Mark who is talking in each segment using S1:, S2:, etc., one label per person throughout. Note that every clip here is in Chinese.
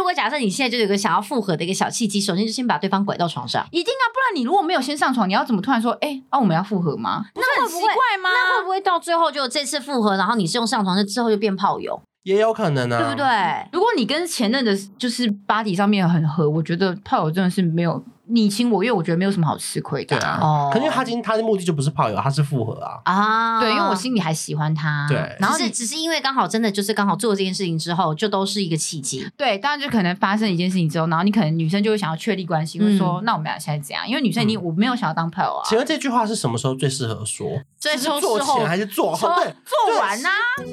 S1: 果假设你现在就有一个想要复合的一个小契机，首先就先把对方拐到床上，
S2: 一定啊，不然你如果没有先上床，你要怎么突然说，哎、啊，我们要复合吗？不是
S1: 那
S2: 很
S1: 会
S2: 奇
S1: 不会
S2: 怪吗？
S1: 那会不会到最后就这次复合，然后你是用上床，那之后就变炮友，
S3: 也有可能啊，
S1: 对不对？？
S2: 如果你跟前任的，就是 body 上面很合，我觉得炮友真的是没有你情我愿，我觉得没有什么好吃亏的、
S3: 对啊
S1: 哦
S3: 可是因为他今他的目的就不是炮友，他是复合啊。
S1: 啊，
S2: 对，因为我心里还喜欢他。
S3: 对
S2: 然
S1: 然
S2: 后
S1: 后
S2: 你
S1: 是只是因为刚好真的就是刚好做这件事情之后，就都是一个契机。
S2: 对，当然就可能发生一件事情之后，然后你可能女生就会想要确立关系，会说、那我们俩现在怎样？因为女生一定、
S3: 嗯
S2: 我没有想要当朋友啊，
S3: 请问这句话是什么时候最适合说？
S1: 最
S3: 是做前还是做后？对，
S2: 做完啊呐、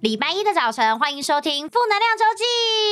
S1: 礼拜一的早晨，欢迎收听《负能量周记》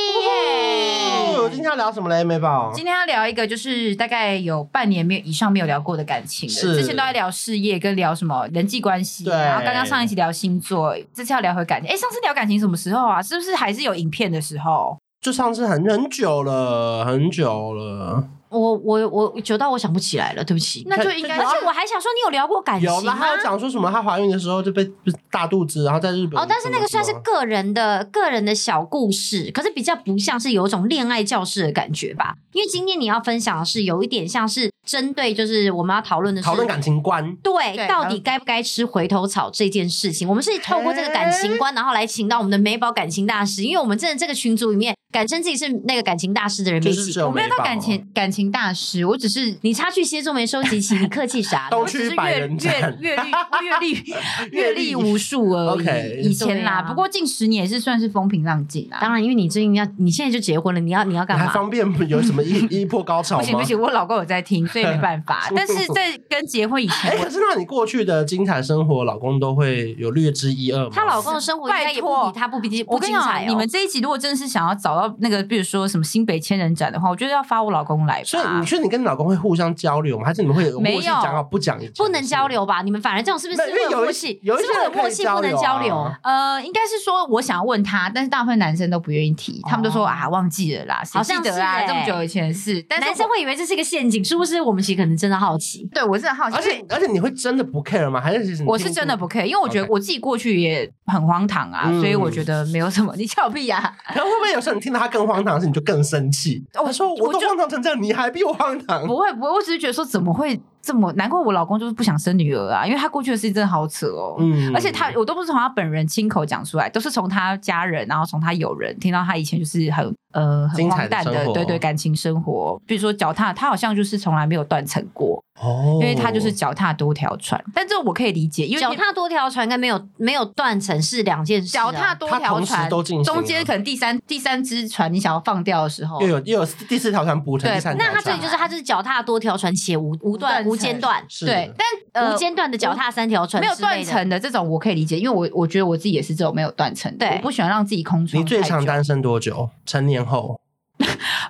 S3: 哦，今天要聊什么嘞，美宝？
S2: 今天要聊一个，就是大概有半年没有以上没有聊过的感情了。
S3: 是
S2: 之前都在聊事业跟聊什么人际关系，
S3: 对
S2: 然后刚刚上一期聊星座，这次要聊回感情。哎，上次聊感情什么时候啊？是不是还是有影片的时候？
S3: 就上次很很久了，很久了，
S1: 我我我久到我想不起来了，对不起。
S2: 那就应该
S3: 对有
S1: 而
S3: 啊
S1: 且我还想说，你有聊过感情
S3: 有啦，
S1: 吗
S3: 还？有讲说什么她怀孕的时候就被不是大肚子，然后在日本
S1: 哦，但是那个
S3: 什么啊
S1: 算是个人的个人的小故事，可是比较不像是有一种恋爱教室的感觉吧？因为今天你要分享的是有一点像是针对，就是我们要讨论的是
S3: 讨论感情观，
S1: 对，嗯
S2: 对
S1: 到底该不该吃回头草这件事情，我们是透过这个感情观，然后来请到我们的美宝感情大师，因为我们真的这个群组里面，敢称自己是那个感情大师的人
S3: 就
S1: 没
S3: 是
S1: 几
S3: 只
S1: 个。
S3: 有
S2: 我没有到
S3: 美宝
S2: 感情感情大师，我只是。
S1: 你差去蝎座没收集齐，你客气啥呢？
S3: 都
S2: 我只
S3: 去
S2: 是
S3: 百
S2: 阅
S3: 人
S2: 阅
S3: 斩
S2: 阅历阅历阅历
S3: 历
S2: 无数而已
S3: OK
S2: 以前啦，
S1: 对啊
S2: 不过近十年也是算是风平浪静啊啦。
S1: 当然，因为你最近要，你现在就结婚了，你要你要
S3: 你
S1: 干
S3: 还
S1: 嘛？
S3: 方便有什么 一一波高潮
S2: 不
S3: 吗？
S2: 行不行，我老公有在听，所以没办 法。但是在跟结婚以前
S3: 哎，，
S2: 我
S3: 可是那你过去的精彩生活，老公都会有略知一二吗？
S1: 她老公的生活应该也不
S2: 拜
S1: 比
S2: 托
S1: 她不比不
S2: 我跟你
S1: 精彩
S2: 讲，
S1: 哦。
S2: 你们这一集如果真的是想要找到那个，比如说什么新北千人展的话，我觉得要发我老公来吧。
S3: 所以你说你跟你老公会互相交流吗？还是你们会有
S2: 啊没
S3: 默契
S2: 有
S3: 讲好不讲一讲？
S1: 不能交流吧？你们反而这种是不
S3: 没
S1: 是
S3: 有，因为
S1: 会
S3: 有
S1: 默
S3: 一
S1: 契？
S3: 有一
S1: 是不
S3: 些
S1: 是
S3: 人
S1: 有
S3: 可
S1: 默
S3: 以
S1: 契不能交流？
S3: 啊
S2: 呃，应该是说我想要问他，但是大部分男生都不愿意提，他们都说啊忘记了啦，谁
S1: 哦好像
S2: 记得啊，
S1: 是欸
S2: 这么久以前的事。但是
S1: 男生
S2: 我
S1: 会以为这是一个陷阱，是不是？我们其实可能真的好奇。
S2: 对我真的好奇，
S3: 而且而且你会真的不 care 吗？还是其实你
S2: 我是
S3: 听
S2: 真的不
S3: 嗯听
S2: care，因为我觉得
S3: OK
S2: 我自己过去也很荒唐啊，
S3: 嗯
S2: 所以我觉得没有什么。你俏屁啊呀、
S3: 可能会不会有时候你听到他更荒唐的事，你就更生气？
S2: 哦
S3: 我说我
S2: 我
S3: 都
S2: 就
S3: 荒唐成这样，你还比我荒唐？
S2: 不会不会，我只是觉得说怎么会这么？难怪我老公就是不想生女儿啊，因为他过去的事情真的好扯哦。
S3: 嗯
S2: 而且他，我都不是从他本人亲口讲出来，都是从他家人，然后从他友人听到他以前就是很呃很
S3: 精彩
S2: 荒
S3: 的
S2: 诞的，
S3: 生活哦
S2: 对对感情生活，比如说脚踏，他好像就是从来没有断层过，
S3: 哦
S2: 因为他就是脚踏多条船。但这我可以理解，因为
S1: 脚踏多条船跟没有没有断层是两件事、啊。
S2: 脚踏多
S3: 他
S2: 条
S3: 同时
S2: 船，
S3: 都进行
S2: 中
S3: 了
S2: 间可能第三第三只船你想要放掉的时候
S3: 又，有又有第四条船补成
S2: 对
S3: 第三条船，啊
S1: 那他这里就是他就是脚踏多条船且无无
S2: 无断
S1: 断
S2: 层
S1: 无间断，
S3: 是
S2: 对，但呃
S1: 无间断的脚踏三条船
S2: 没有
S1: 之类的
S2: 断层的这种我可以理解，因为我我觉得我自己也是这种没有断层的，
S1: 对
S2: 我不喜欢让自己空窗
S3: 你
S2: 太久。嗯
S3: 最长单身多久？成年后？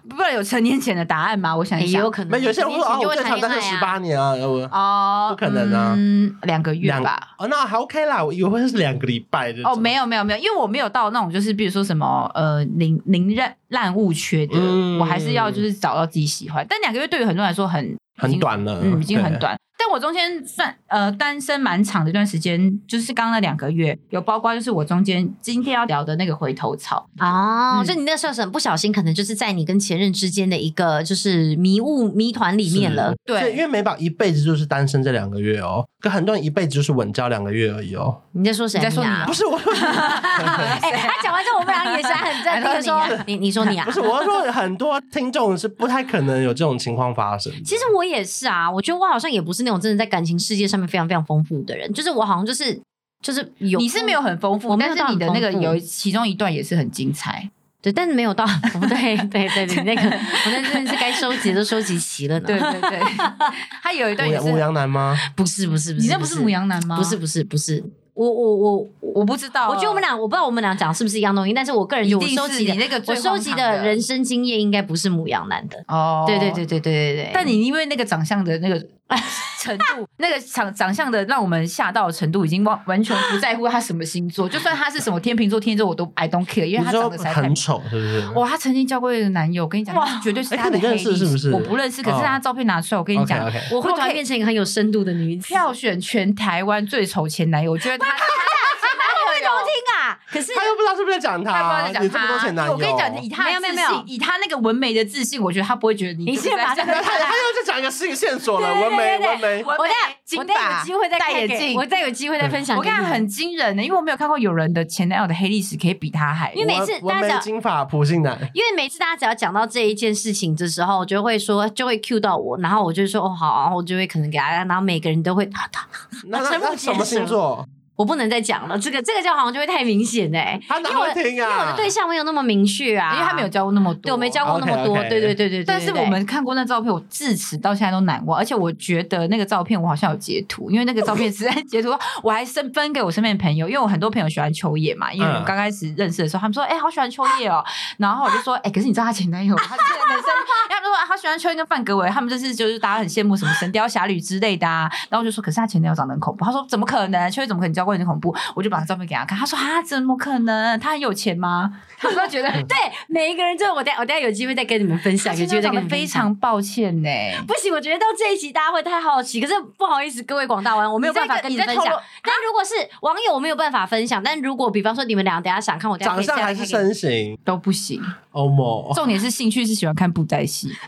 S2: 不然有成年前的答案吗？我想
S1: 也
S2: 一想，
S1: 哎有可能。
S3: 没有有些人
S1: 十
S3: 会说
S1: 年前
S3: 啊，
S1: 就
S3: 我
S1: 会
S3: 最
S1: 谈
S3: 长
S1: 恋
S3: 单身
S1: 爱
S3: 十
S1: 啊。
S3: 八年啊，我
S2: 哦，
S3: 不可能啊
S2: 嗯，两个月
S3: 两
S2: 吧。
S3: 哦，那还 OK 啦，我以为会是两个礼拜的
S2: 哦，没有没有没有，因为我没有到那种就是比如说什么呃零零烂烂物缺的，
S3: 嗯
S2: 我还是要就是找到自己喜欢。但两个月对于很多人来说很
S3: 很，短了，
S2: 已经嗯，已经很
S3: 对。
S2: 短。但我中间算呃单身蛮长的一段时间，就是刚刚那两个月，有包括就是我中间今天要聊的那个回头草，
S1: 哦
S2: 嗯，
S1: 就你那时候是很不小心，可能就是在你跟前任之间的一个就是迷雾谜团里面了
S3: 是。所以因为美宝一辈子就是单身这两个月哦，跟很多人一辈子就是稳交两个月而已哦。
S1: 你在说谁？
S2: 你在说你啊
S3: 不是我，
S1: 哎，他讲完之后，我们俩眼神很镇定的
S2: 还
S1: 说：“你你说你啊
S3: 不。是我说，很多听众是不太可能有这种情况发生的。”
S1: 其实我也是啊，我觉得我好像也不是那种真的在感情世界上面非常非常丰富的人，就是我好像就是就是有
S2: 你是没有很丰富，
S1: 我没有
S2: 但是
S1: 到
S2: 你
S1: 很
S2: 的那个
S1: 丰富
S2: 有其中一段也是很精彩。
S1: 对，但是没有到， 不对，对对对，那个我那真的是该收集都收集齐了呢。
S2: 对，对对， 他有一段
S3: 母
S2: 也
S3: 羊
S2: 是
S3: 母，羊男吗？
S1: 不是不是不是，
S2: 你那不是母羊男吗？
S1: 不是，不是不是，我我我
S2: 我不知道啊。
S1: 我觉得我们俩，我不知道我们俩讲是不是一样东西，但是我个人
S2: 一
S1: 有我
S2: 定
S1: 收
S2: 是
S1: 集的
S2: 你那个最
S1: 我收集
S2: 荒唐
S1: 的
S2: 的
S1: 人生经验应该不是母羊男的。
S2: 哦，
S1: 对对对对对对对对，
S2: 嗯 但你因为那个长相的那个程度，那个长长相的让我们吓到的程度，已经完完全不在乎他什么星座，就算他是什么天秤座、天蝎座，我都 I don't care，因为
S3: 你
S2: 他长
S3: 说
S2: 得实在太
S3: 很。丑是不是？
S2: 哇，他曾经交过一个男友，我跟你讲，绝对是
S3: 哎
S2: 他的
S3: 可你认
S2: 黑
S3: 识
S2: 历史
S3: 是不是
S2: 我不认识，可是
S3: 哦
S2: 他照片拿出来，我跟你讲
S3: OK，OK
S2: 我
S1: 我会
S2: 会
S1: 突
S2: 团
S1: 然变
S2: 变
S1: 成一个很有深度的女子。
S2: 票选全台湾最丑前男友，我觉 得他他他前男友。
S1: 听啊，可是
S3: 他又不知道是不是在讲
S2: 他不
S3: 他，
S2: 要再讲
S3: 你这么多前男
S2: 他，
S3: 友，
S2: 我跟你讲，以他
S1: 没
S2: 的
S1: 有没有
S2: 自
S1: 没有
S2: 信，以他那个纹眉的自信，我觉得他不会觉得你
S1: 你
S2: 就是在
S1: 马上
S2: 讲
S1: 就
S3: 他他又在讲一个新线索了，
S1: 对对
S3: 文梅
S1: 对对
S3: 文梅，
S2: 纹
S1: 我
S2: 眉
S1: 再我
S2: 金
S1: 再有
S2: 发
S1: 机会再
S2: 戴
S1: 看
S2: 眼
S1: 给
S2: 镜
S1: 我再有机会再分享
S2: 我
S1: 给
S2: 跟
S1: 你。
S2: 你讲很惊人欸的，因为我没有看过有人的前男友的黑历史可以比他还。
S1: 因为每次
S3: 文
S1: 大家
S3: 梅
S1: 讲
S3: 金发普信 男，
S1: 因为每次大家只要讲到这一件事情的时候，我就会说，就会 cue 到我，然后我就说哦好啊，然后我就会可能给大家，然后每个人都会， 啊他
S3: 那
S1: 啊
S3: 那
S1: 深入
S3: 那
S1: 解
S3: 什么
S1: 释
S3: 星座？
S1: 我不能再讲了，这个这个叫好像就会太明显哎、
S3: 他哪会听
S1: 因为我
S3: 啊
S1: 的？对象没有那么明确啊，
S2: 因为他没有交过那么多，
S1: 对我没交过那么多，
S3: OK，OK
S1: 对对对对对。
S2: 但是
S1: 对
S2: 我 们看过那照片，我自此到现在都难忘。而且我觉得那个照片我好像有截图，因为那个照片实在截图，我还分分给我身边的朋友，因为我很多朋友喜欢秋叶嘛。因为我们刚开始认识的时候，他们说：“哎、好喜欢秋叶哦。”然后我就说：“哎、可是你知道她前男友吗？他这个男生， 他们说啊，好喜欢秋叶跟范格维，他们就是就是大家很羡慕什么《神雕侠侣》之类的啊。”然后我就说：“可是她前男友长得很恐怖。”他说：“怎么可能？秋叶怎么可能交过你恐怖？”我就把照片给他看，他说：“啊，怎么可能？他很有钱吗？”他们都 觉得
S1: 对每一个人，就我等我等一下有机会再跟你们分享，有
S2: 感
S1: 机会
S2: 觉
S1: 再
S2: 长
S1: 跟
S2: 得
S1: 你们
S2: 非
S1: 分享
S2: 常抱歉呢、
S1: 不行，我觉得到这一集大家会太好奇，可是不好意思，各位广大网友，我没有办法跟你们分
S2: 你在透
S1: 享
S2: 露。
S1: 但如果是网友，我没有办法分享。但如果比方说你们俩等一下想看，我等一下可
S3: 长
S1: 以
S3: 相
S1: 再
S3: 还是
S1: 开给你
S3: 身形？
S2: 都不行。
S3: 欧某
S2: 重点是兴趣是喜欢看布袋戏，
S1: 没有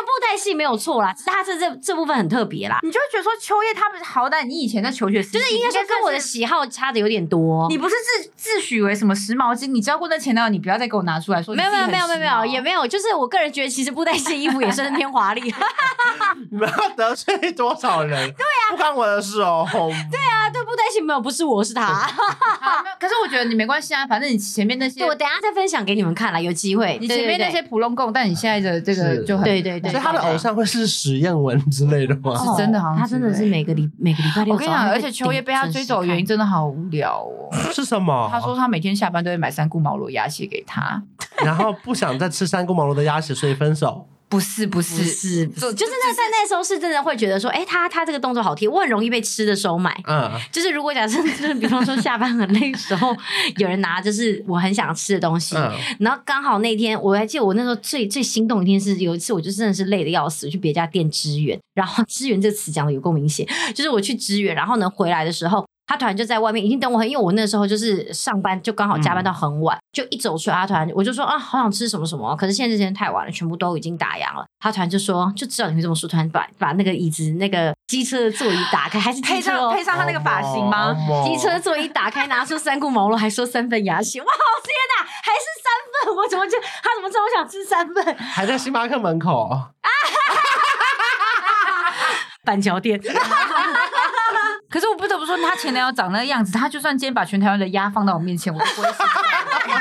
S1: 布袋戏没有错啦，只是它这这这部分很特别啦，
S2: 你就会觉得说秋叶他们好歹你以前在求学时期，
S1: 就是应该说跟我的
S2: 是
S1: 喜好差的有点多。
S2: 你不是自自诩为什么时髦精，你交过那前男友，你不要再给我拿出来说你
S1: 没有
S2: 自
S1: 没
S2: 己
S1: 有
S2: 很
S1: 没有没有没有
S2: 时髦
S1: 也没有，就是我个人觉得，其实布袋戏的衣服也算是偏 华丽。
S3: 你们要得罪多少人？ 对呀，不关我的事哦。对啊，
S1: 啊，对布袋戏没有，不是我是他。
S2: 好没有可是我觉得你没关系啊，反正你前面那些
S1: 对，我等一下再分享给你们看啦，有机会。
S2: 你
S1: 对
S2: 前面那些，普通共，但你现在的这个
S3: 是
S2: 就很
S1: 对对对对，
S3: 所以他的偶像会是史艳文之类的吗？
S2: 是真的好像
S1: 哦他真的
S2: 是
S1: 是每个礼每个礼拜六
S2: 我
S1: 早
S2: 跟
S1: 上
S2: 你
S1: 会
S2: 讲，
S1: 顶。
S2: 而且秋叶被他追走的原因
S1: 准时
S2: 真的好无聊哦。
S3: 是什么？
S2: 他说，他每天下班都会买三顾茅庐鸭血给他，
S3: 然后不想再吃三顾茅庐的鸭血，所以分手。
S2: 不是不
S1: 看。是，
S2: 就
S1: 就是那在那时候是真的会觉得说，哎、他他这个动作好贴，我很容易被吃的收买。
S3: 嗯，
S1: 就是如果假设，就是比方说下班很累的时候，有人拿就是我很想吃的东西，
S3: 嗯
S1: 然后刚好那天我还记得我那时候最最心动的一天是有一次我就真的是累的要死，我去别家店支援，然后 支援这个词讲的有够明显，就是我去支援，然后呢回来的时候。他突然就在外面，已经等我很，因为我那时候就是上班，就刚好加班到很晚，就一走出来，他突然我就说啊，好想吃什么什么，可是现在时间太晚了，全部都已经打烊了。他突然就说，就知道你会这么说，突然把把那个椅子那个机车的座椅打开，还是机
S2: 配
S1: 车、哦、
S2: 上配上他那个发型吗？
S3: 哦
S1: 机车座一打开，拿出三顾茅庐，还说三份牙血，哇，天哪，还是三份，我怎么就他怎么知道我想吃三份？
S3: 还在星巴克门口， 哦
S1: 板桥店，
S2: 可是我不得不说，他前男友长那个样子，他就算今天把全台湾的鸭放到我面前，我都不会心动。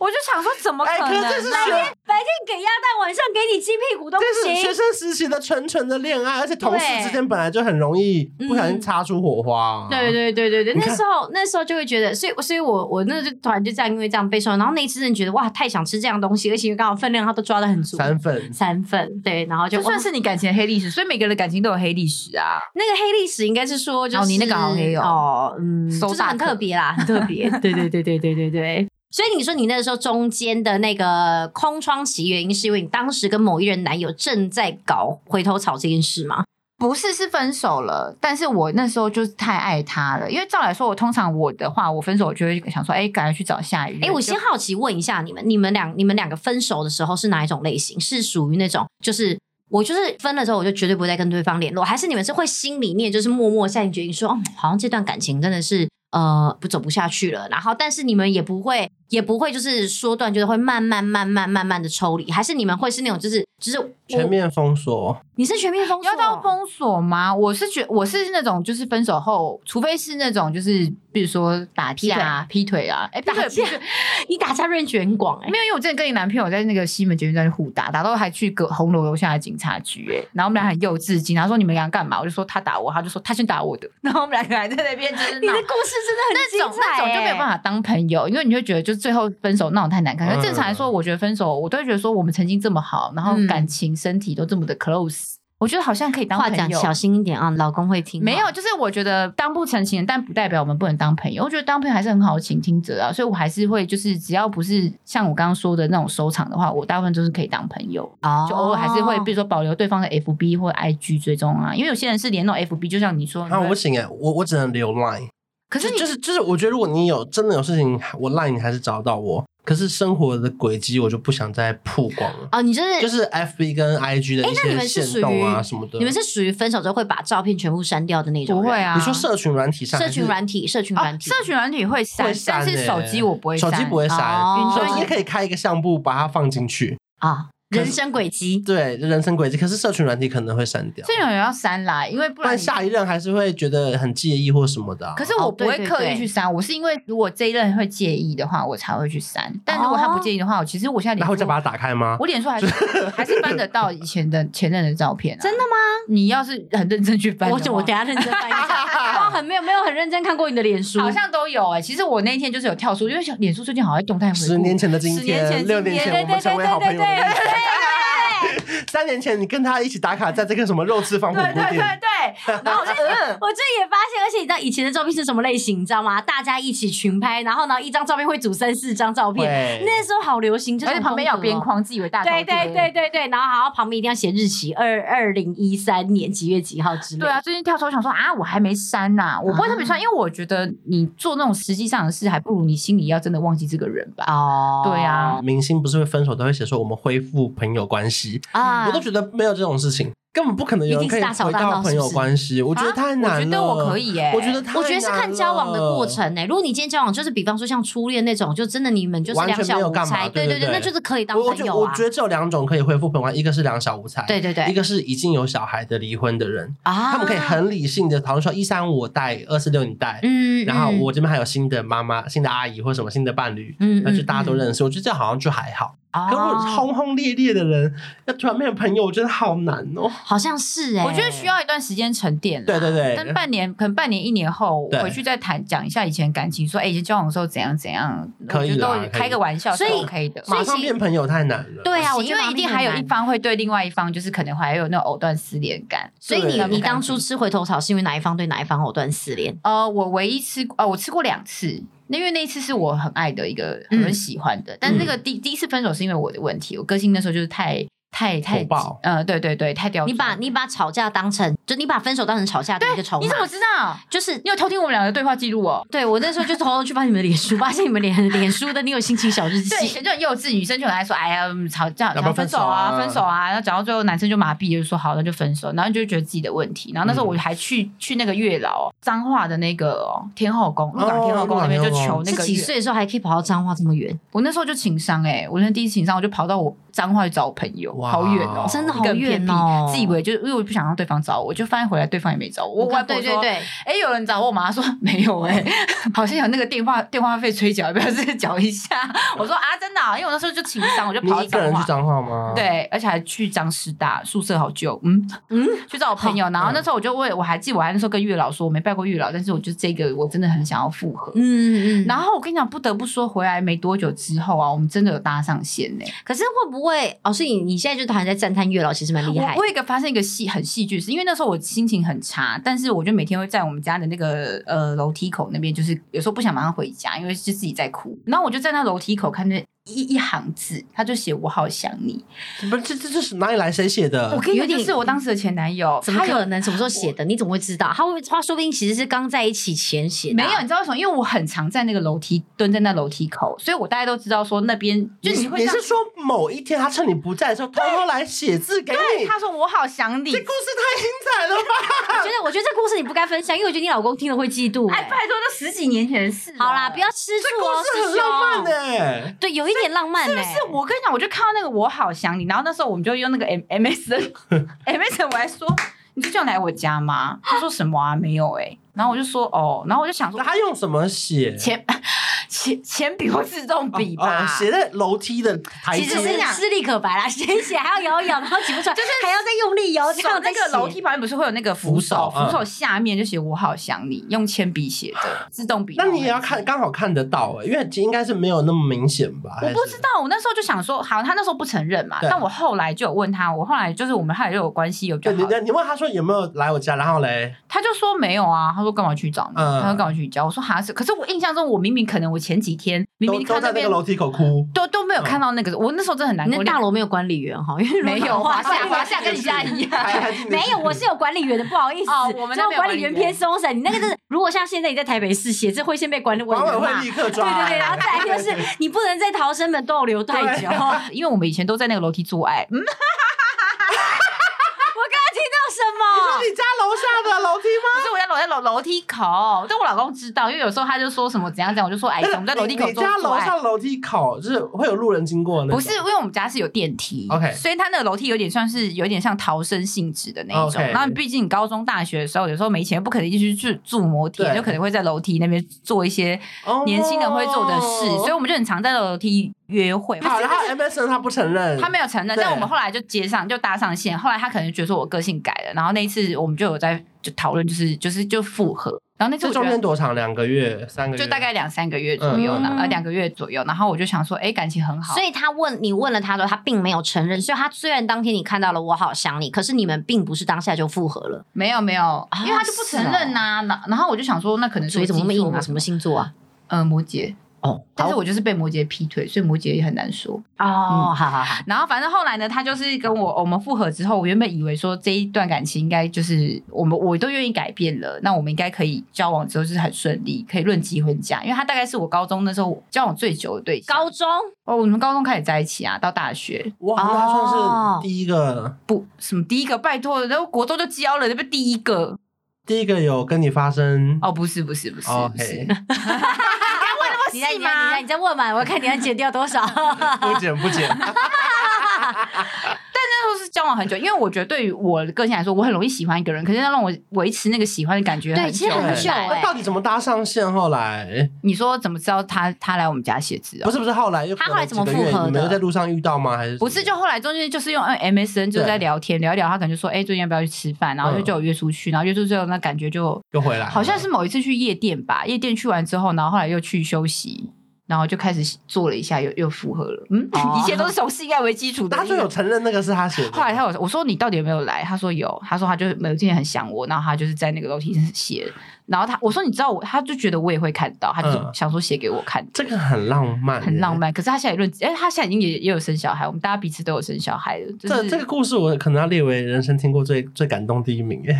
S2: 我就想说，怎么
S3: 哎，
S2: 可
S3: 可
S2: 能
S3: 是
S2: 呢？
S3: 这是学，
S1: 白天给鸭蛋，晚上给你鸡屁股都不
S3: 这是
S1: 行
S3: 学。生时期的纯纯的恋爱，而且同事
S1: 对
S3: 之间本来就很容易不小
S1: 嗯
S3: 心擦出火花。啊
S1: 对对对对对，
S3: 你
S1: 那
S3: 看
S1: 时候那时候就会觉得，所以所以我我那就突然就这样，因为这样备受，然后那一次真的觉得哇，太想吃这样东西，而且因为刚好分量他都抓的很足，
S3: 三份
S1: 三份，对，然后就
S2: 就算
S1: 哇
S2: 是你感情的黑历史，所以每个人的感情都有黑历史啊。
S1: 那个黑历史，应该是说就是、
S2: 哦你那个好黑哦
S1: 哦，嗯，
S2: 手
S1: 就是很
S2: 打
S1: 特
S2: 壳
S1: 别啦，很特别， 对对对对对对对。所以你说你那时候中间的那个空窗期，原因是因为你当时跟某一任男友正在搞回头草这件事吗？
S2: 不是是分手了，但是我那时候就是太爱他了，因为照来说，我通常我的话，我分手我就会想说，哎，赶快去找下一任。
S1: 哎，我
S2: 就
S1: 先好奇问一下你们，你们两你们两个分手的时候是哪一种类型？是属于那种就是我就是分了之后我就绝对不会再跟对方联络，还是你们是会心里面就是默默下定决心说，哦，好像这段感情真的是呃不走不下去了，然后但是你们也不会也不会就是说断，就是会慢慢慢慢慢慢的抽离，还是你们会是那种就是就是我
S3: 全面封锁，
S1: 你是全面封锁
S2: 要到封锁吗？我是觉我是那种就是分手后，除非是那种就是比如说打架啊、劈腿啊，哎，劈
S1: 打
S2: 腿
S1: 架
S2: 劈腿，
S1: 你打架 range 很广哎、
S2: 没有，因为我之前跟你男朋友在那个西门捷运站互打，打到还去隔红楼楼下的警察局、欸，然后我们俩很幼稚，警察说你们俩干嘛？我就说他打我，他就说他先打我的， 然后我们两个还在那边就是
S1: 你
S2: 闹
S1: 的故事真的很
S2: 那种
S1: 精彩
S2: 那种就没有
S1: 哎
S2: 办法当朋友，因为你会觉得就是最后分手闹得太难看。可是
S3: 嗯
S2: 正常来说，我觉得分手，我都会觉得说我们曾经这么好，然后
S1: 嗯
S2: 感情、身体都这么的 close，我觉得好像可以当
S1: 话
S2: 朋
S1: 讲
S2: 友。欸
S1: 小心一点啊，老公会听。
S2: 没有，，就是我觉得当不成情人，但不代表我们不能当朋友。我觉得当朋友还是很好的倾听者啊，所以我还是会就是只要不是像我刚刚说的那种收场的话，我大部分都是可以当朋友。
S1: 哦
S2: 就偶尔还是会，比如说保留对方的 FB 或 IG 追踪啊，因为有些人是连那种 FB，就像你说，
S3: 啊，我不行哎，我我只能留 line。
S2: 可是
S3: 就
S2: 你
S3: 就是就是，我觉得如果你有真的有事情，我 line 你还是找到我。可是生活的轨迹，我就不想再曝光了。
S1: 哦，你就是
S3: 就是 F B 跟 I G 的
S1: 哎
S3: 一
S1: 那你
S3: 些
S1: 们是
S3: 限动啊
S1: 属于
S3: 什么的。
S1: 你们是属于分手之后会把照片全部删掉的那种
S2: 不
S1: 人。
S2: 会啊，
S3: 你说社群软体上还
S1: 社
S3: 是，
S1: 群软体，社群
S2: 哦
S1: 软体，
S2: 社群软体会删
S3: 会，
S2: 但
S3: 删欸
S2: 是手机我不会
S3: 手
S2: 删，
S3: 机不会删，
S1: 哦
S3: 手机可以开一个相簿把它放进去。
S1: 啊，人生轨迹。
S3: 对，人生轨迹。可是社群软体可能会删掉
S2: 这，种人要删啦，因为不
S3: 不
S2: 然
S3: 然
S2: 你
S3: 下一任还是会觉得很介意或什么的啊。
S2: 可是我不
S1: 哦
S2: 会
S1: 对对
S2: 刻意
S1: 对
S2: 去删，我是因为如果这一任会介意的话，我才会去删。但如果他不介意的话，我其实我现在脸
S3: 然
S2: 书
S3: 哦后再把它打开吗？
S2: 我脸书还是还是翻得到以前的前任的照片、啊。
S1: 真的
S2: 吗？你要是很认真去翻的
S1: 我
S2: 话，
S1: 我等一下认真翻一下，我很没有没有很认真看过你的脸书，
S2: 好像都有哎、其实我那一天就是有跳出，因为想脸书最近好像在动态回顾。
S3: 十年前的今
S2: 十年前
S3: 天，
S2: 今
S3: 六年前我们成为好朋友的
S2: 对对
S3: 那
S2: 对对对
S3: 天，三年前你跟他一起打卡在这个什么肉翅坊火
S2: 对
S3: 锅
S2: 对对
S3: 店，
S2: 对对，然后我就嗯，
S1: 我这也发现，而且你知道以前的照片是什么类型，你知道吗？大家一起群拍，然后呢，一张照片会组三四张照片，
S3: 对
S1: 那时候好流行，就是
S2: 而且旁边有边。框，自以为大头
S1: 对对
S2: 贴
S1: 对对对，然后好像旁边一定要写日期，二二零一三年几月几号之类的。
S2: 对啊，最近跳出来想说啊，我还没删呐、我不会特别删，因为我觉得你做那种实际上的事，还不如你心里要真的忘记这个人吧。
S1: 哦
S2: 对啊，
S3: 明星不是会分手都会写说我们恢复朋友关系，
S1: 啊，
S3: 我都觉得没有这种事情，根本不可能有人可以回到朋友关系。我觉得太难了，
S2: 我觉得我可，以耶、
S3: 我觉得太难了
S1: 啊我觉得是看交往的过。程欸呢、如果你今天交往就是比方说像初恋那种，就真的你们就是
S3: 完全
S1: 两小
S3: 没有
S1: 无
S3: 干嘛
S1: 猜，
S3: 对
S1: 对
S3: 对
S1: 对，
S3: 对
S1: 那就是可以当
S3: 我我
S1: 朋
S3: 觉
S1: 友
S3: 我
S1: 啊
S3: 觉。得只有两种可以恢复朋友关系，一个是两小无猜，
S1: 对对对
S3: 一个是已经有小孩的离婚的人，
S1: 啊，
S3: 他们可以很理性的讨论说一三五我带，二四六你带，
S1: 嗯，
S3: 然后
S1: 嗯
S3: 我这边还有新的妈妈、新的阿姨或什么新的伴侣，
S1: 嗯
S3: 那就大家都
S1: 嗯
S3: 认识。我觉得这好像就还好。可如果
S1: 哦，
S3: 轰轰烈烈的人要突然变成朋友，我觉得好难哦。
S1: 好像是哎、
S2: 我觉得需要一段时间沉淀啦，
S3: 对对对
S2: 但半年可能半年一年后
S3: 对
S2: 回去再谈讲一下以前感情，说哎以前交往的时候怎样怎样，
S3: 可以啦
S2: 我觉得都
S3: 可以
S2: 开个玩笑是
S1: 所以
S2: OK 的。
S1: 以
S3: 马上变朋友太难了。
S1: 对啊，我
S2: 因
S1: 觉得
S2: 为一定还有一
S1: 方。
S2: 方会对另外一方，就是可能还有那种藕断丝连感。
S1: 所以你
S3: 对
S1: 你当初吃回头草是因为哪一方对哪一方藕断丝连？
S2: 呃，我唯一吃呃，我吃过两次，那因为那一次是我很爱的一个
S1: 嗯
S2: 很喜欢的，但那个第第一次分手是因为我的问题，我个性那时候就是太太太
S3: 火爆
S2: 呃，对对对，太刁钻。
S1: 你把你把吵架当成，就你把分手当成吵架的一个筹
S2: 你
S1: 码
S2: 怎，么知道？
S1: 就是。
S2: 你有偷听我们两个的对话记录哦？
S1: 对我那时候就偷偷去翻你们脸书，发现你们脸脸书的你有心情小日
S2: 对，以
S1: 记，
S2: 前就很幼稚，女生就很爱说：“哎呀，嗯吵架，
S3: 要
S2: 然
S3: 不要
S2: 后
S3: 分
S2: 分
S3: 手
S2: 手
S3: 啊
S2: 啊，分手啊。”然后讲到最后，男生就麻痹，就说：“好，那就分手。”然后就觉得自己的问题。然后那时候
S3: 嗯
S2: 我还去、去那个月老哦彰化的那个哦天后宫，鹿港天后宫那边
S3: 鹿
S2: 就
S3: 港天
S2: 求
S3: 后宫
S2: 那
S1: 是
S2: 个
S1: 几
S2: 月
S1: 岁的时候还可以跑到彰化这么远，
S2: 我那时候就情商哎、我那第一次情商，我就跑到我彰化去找我朋友，
S3: 哇
S2: 好远哦、
S1: 真的好
S2: 一个很偏
S1: 远
S2: 僻
S1: 哦！
S2: 自以为就是因为我不想让对方找我，我就发现回来对方也没找我。我
S1: 我
S2: 外
S1: 看
S2: 婆
S1: 对
S2: 说
S1: 对对，
S2: 哎、有人找我吗？他说没
S3: 哦
S2: 有哎、好像有那个电话电话费催缴，要不要再缴一下？ 我说啊，真的啊、因为我那时候就情商，我就
S3: 你
S2: 跑
S3: 一个人去
S2: 去彰化。
S3: 彰化吗？，
S2: 对，而且还去彰师大宿舍好旧，嗯
S1: 嗯
S2: 嗯， 去找我朋友，
S3: 嗯
S2: 然后那时候我就问，我还记得我还那时候跟月老说，我没拜过月老，但是我就这个我真的很想要复合。
S1: 嗯嗯。
S2: 然后我跟你讲，不得不说，回来没多久之后啊，我们真的有搭上线呢、
S1: 可是会不会哦？所以你你现在就还在赞叹月老，其实蛮厉害
S2: 我我。有一个发生一个戏很戏剧，是因为那时候我心情很差，但是我就每天会在我们家的那个呃楼梯口那边，就是有时候不想马上回家，因为是自己在哭。然后我就站在楼梯口看见一一行字，他就写“我好想你
S3: 不是这这这是哪里来谁写”，的
S2: 我？跟你
S1: 有
S2: 讲，
S1: 点
S2: 就是我当时的前男友，
S1: 怎么
S2: 他有
S1: 可能？什么时候写的？你怎么会知道？他会他说不定其实是刚在一起前写的
S2: 没
S1: 啊。
S2: 有，你知道为什么？因为我很常在那个楼梯蹲在那楼梯口，所以我大家都知道说那边就
S3: 你
S2: 你会
S3: 你
S2: 这样
S3: 是说某一天他趁你不在的时候偷偷来写字给
S2: 对
S3: 你？
S2: 他说我好想你
S3: 这，故事太精彩了吧！
S1: 我觉得，我觉得这故事你不该分享，因为我觉得你老公听了会嫉妒、
S2: 哎，
S1: 哎
S2: 拜托，都十几年前的事了。
S1: 好啦，不要吃醋哦，
S3: 这故
S1: 师
S3: 事很浪漫欸
S1: 兄。
S3: 呢、
S1: 对，有一点浪漫呢、
S2: 不是我跟你讲，我就看到那个我好想你，然后那时候我们就用那个 M M S M S，我还说你最近有来我家吗？欸他说什么啊？没有哎、然后我就说哦，然后我就想说
S3: 那他用什么写？
S2: 前前铅铅笔或自动笔吧。
S3: 哦写在楼梯的台
S1: 其
S3: 阶
S1: 实是吃力可白啦，写写还要摇一摇，然后挤不出来，就是还要再用力
S3: 哦
S1: 摇，这
S2: 手
S1: 样再
S2: 那个
S1: 写
S2: 楼梯。旁边不是会有那个扶手，
S3: 扶手嗯
S2: 扶手下面就写“我好想你”，用铅笔写的，自动笔。
S3: 那你也要看，刚好看得到哎、因为应该是没有那么明显吧？
S2: 我
S3: 还
S2: 不
S3: 是
S2: 知道，我那时候就想说，好，他那时候不承认嘛，
S3: 对
S2: 但我后来就有问他，我后来就是我们后来就有关系，有比较
S3: 对，你
S2: 好，
S3: 你问他说有没有来我家，然后嘞，
S2: 他就说没有啊，他说干嘛去找你，
S3: 嗯
S2: 他说干嘛去你家，我说哈是，可是我印象中我明明可能我前几天明
S3: 都
S2: 明
S3: 都
S2: 看
S3: 在那
S2: 边
S3: 个楼梯嗯口哭，
S2: 都都没有看到那个，我那时候真的很难
S1: 你
S2: 过，
S1: 那大楼没有管理员哈，因为如果
S2: 没 有啊华夏，
S1: 的话
S2: 华夏跟你家一样。
S3: 还还是你
S1: 没有，我是有管理员的，不好意思，
S2: 哦我们那
S1: 这
S2: 边有
S1: 管
S2: 管理
S1: 理员
S2: 员
S1: 偏松散。你那个是，如果像现在你在台北市写，这会先被管理委
S3: 管委
S1: 员
S3: 会
S1: 骂。
S3: 立刻
S1: 对
S3: 抓，哎
S1: 对对，然后再来
S3: 对
S1: 就是你不能在逃生门逗留太久。我刚刚
S2: 因为我们以前都在那个楼梯做爱，嗯，
S1: 听 到什么？
S3: 你家楼下的楼梯吗？
S2: 不是我在楼在楼楼梯口，但我老公知道，因为有时候他就说什么怎样怎样，我就说哎，
S3: 但是
S2: 我们在楼梯口
S3: 你
S2: 做
S3: 家
S2: 做
S3: 楼
S2: 爱。
S3: 上楼梯口就是会有路人经过那种
S2: 不是，因为我们家是有电梯
S3: OK
S2: 所以它那个楼梯有点算是有点像逃生性质的那一种。
S3: OK
S2: 然后毕竟你高中、大学的时候，有时候没钱，不可能一直去住摩天，
S3: 对
S2: 就可能会在楼梯那边做一些
S3: 哦
S2: 年轻人会做的事，所以我们就很常在楼梯约会。
S3: 好，
S2: 哦但是
S3: 然后 MSN 他不承认，
S2: 他没有承认，
S3: 对
S2: 但我们后来就接上，就搭上线。后来他可能觉得说我个性改了，然后那一次我们就有在就讨论，就是就是就复合。然后那次
S3: 这
S2: 我觉
S3: 中
S2: 得
S3: 间多长？两个月、三个月？
S2: 就大概两三个月左右呢，
S1: 嗯
S2: 呃，两个月左右。然后我就想说，哎，感情很好，
S1: 所以他问你问了他的时候，他并没有承认。所以他虽然当天你看到了我好想你，可是你们并不是当下就复合了。
S2: 没有没有，因为他就不
S1: 是
S2: 承认
S1: 哦
S2: 呐、然、然后我就想说，那可能是
S1: 所以怎么那么硬啊？
S2: 啊？
S1: 什么星座啊？
S2: 呃，摩羯。
S1: 哦，
S2: 但是我就是被摩羯劈腿，所以摩羯也很难说。
S1: 哦，好好好，
S2: 然后反正后来呢，他就是跟我我们复合之后，我原本以为说这一段感情应该就是我们我都愿意改变了，那我们应该可以交往之后就是很顺利，可以论及婚嫁。因为他大概是我高中那时候交往最久的对象，
S1: 高中
S2: 哦，我们高中开始在一起啊，到大学
S3: 哇，那他
S2: 哦
S3: 算是第一个，
S2: 不什么第一个拜托，然后国中就交了，那不第一个
S3: 第一个有跟你发生
S2: 哦，不是不是不是不是
S3: OK，
S1: 啊你在
S2: 细
S1: 你
S2: 吗
S1: 在你在你在问嘛？我看你能减掉多 少？
S3: 不减不 减，
S2: 那时候是交往很久，因为我觉得对于我的个性来说，我很容易喜欢一个人，可是要让我维持那个喜欢的感觉
S1: 对
S2: 很
S1: 其实
S2: 很
S1: 很
S2: 难
S1: 久哎
S3: 那到底怎么搭上线？后来
S2: 你说怎么知道他他来我们家写字
S3: 不
S2: 啊？
S3: 是不是后来又
S1: 他后来怎么
S3: 隔了几个
S1: 复
S3: 月
S1: 合的
S3: 你们又在路上遇到吗？还是
S2: 不是，就后来中间就是用哎用 MSN 就在聊天聊一聊，他可能就说哎、最近要不要去吃饭，然后就
S3: 嗯
S2: 就有约出去，然后约出去之后那感觉就
S3: 又回来了？
S2: 好像是某一次去夜店吧，夜店去完之后，然后后来又去休息。然后就开始做了一下，又又复合了。嗯，
S1: 哦
S2: 一切都是从性爱为基础的。
S3: 他就有承认那个是他写的，
S2: 后来他有我说你到底有没有来？他说有，他说他就是有今天很想我，然后他就是在那个楼梯上写，然后他我说你知道我，他就觉得我也会看到，他就
S3: 嗯
S2: 想说写给我看，
S3: 这个很浪漫，
S2: 很浪。漫。可是他现在也论，哎，他现在已经也也有生小孩，我们大家彼此都有生小孩了，就是
S3: 这这个故事我可能要列为人生听过最最感动第一名，哎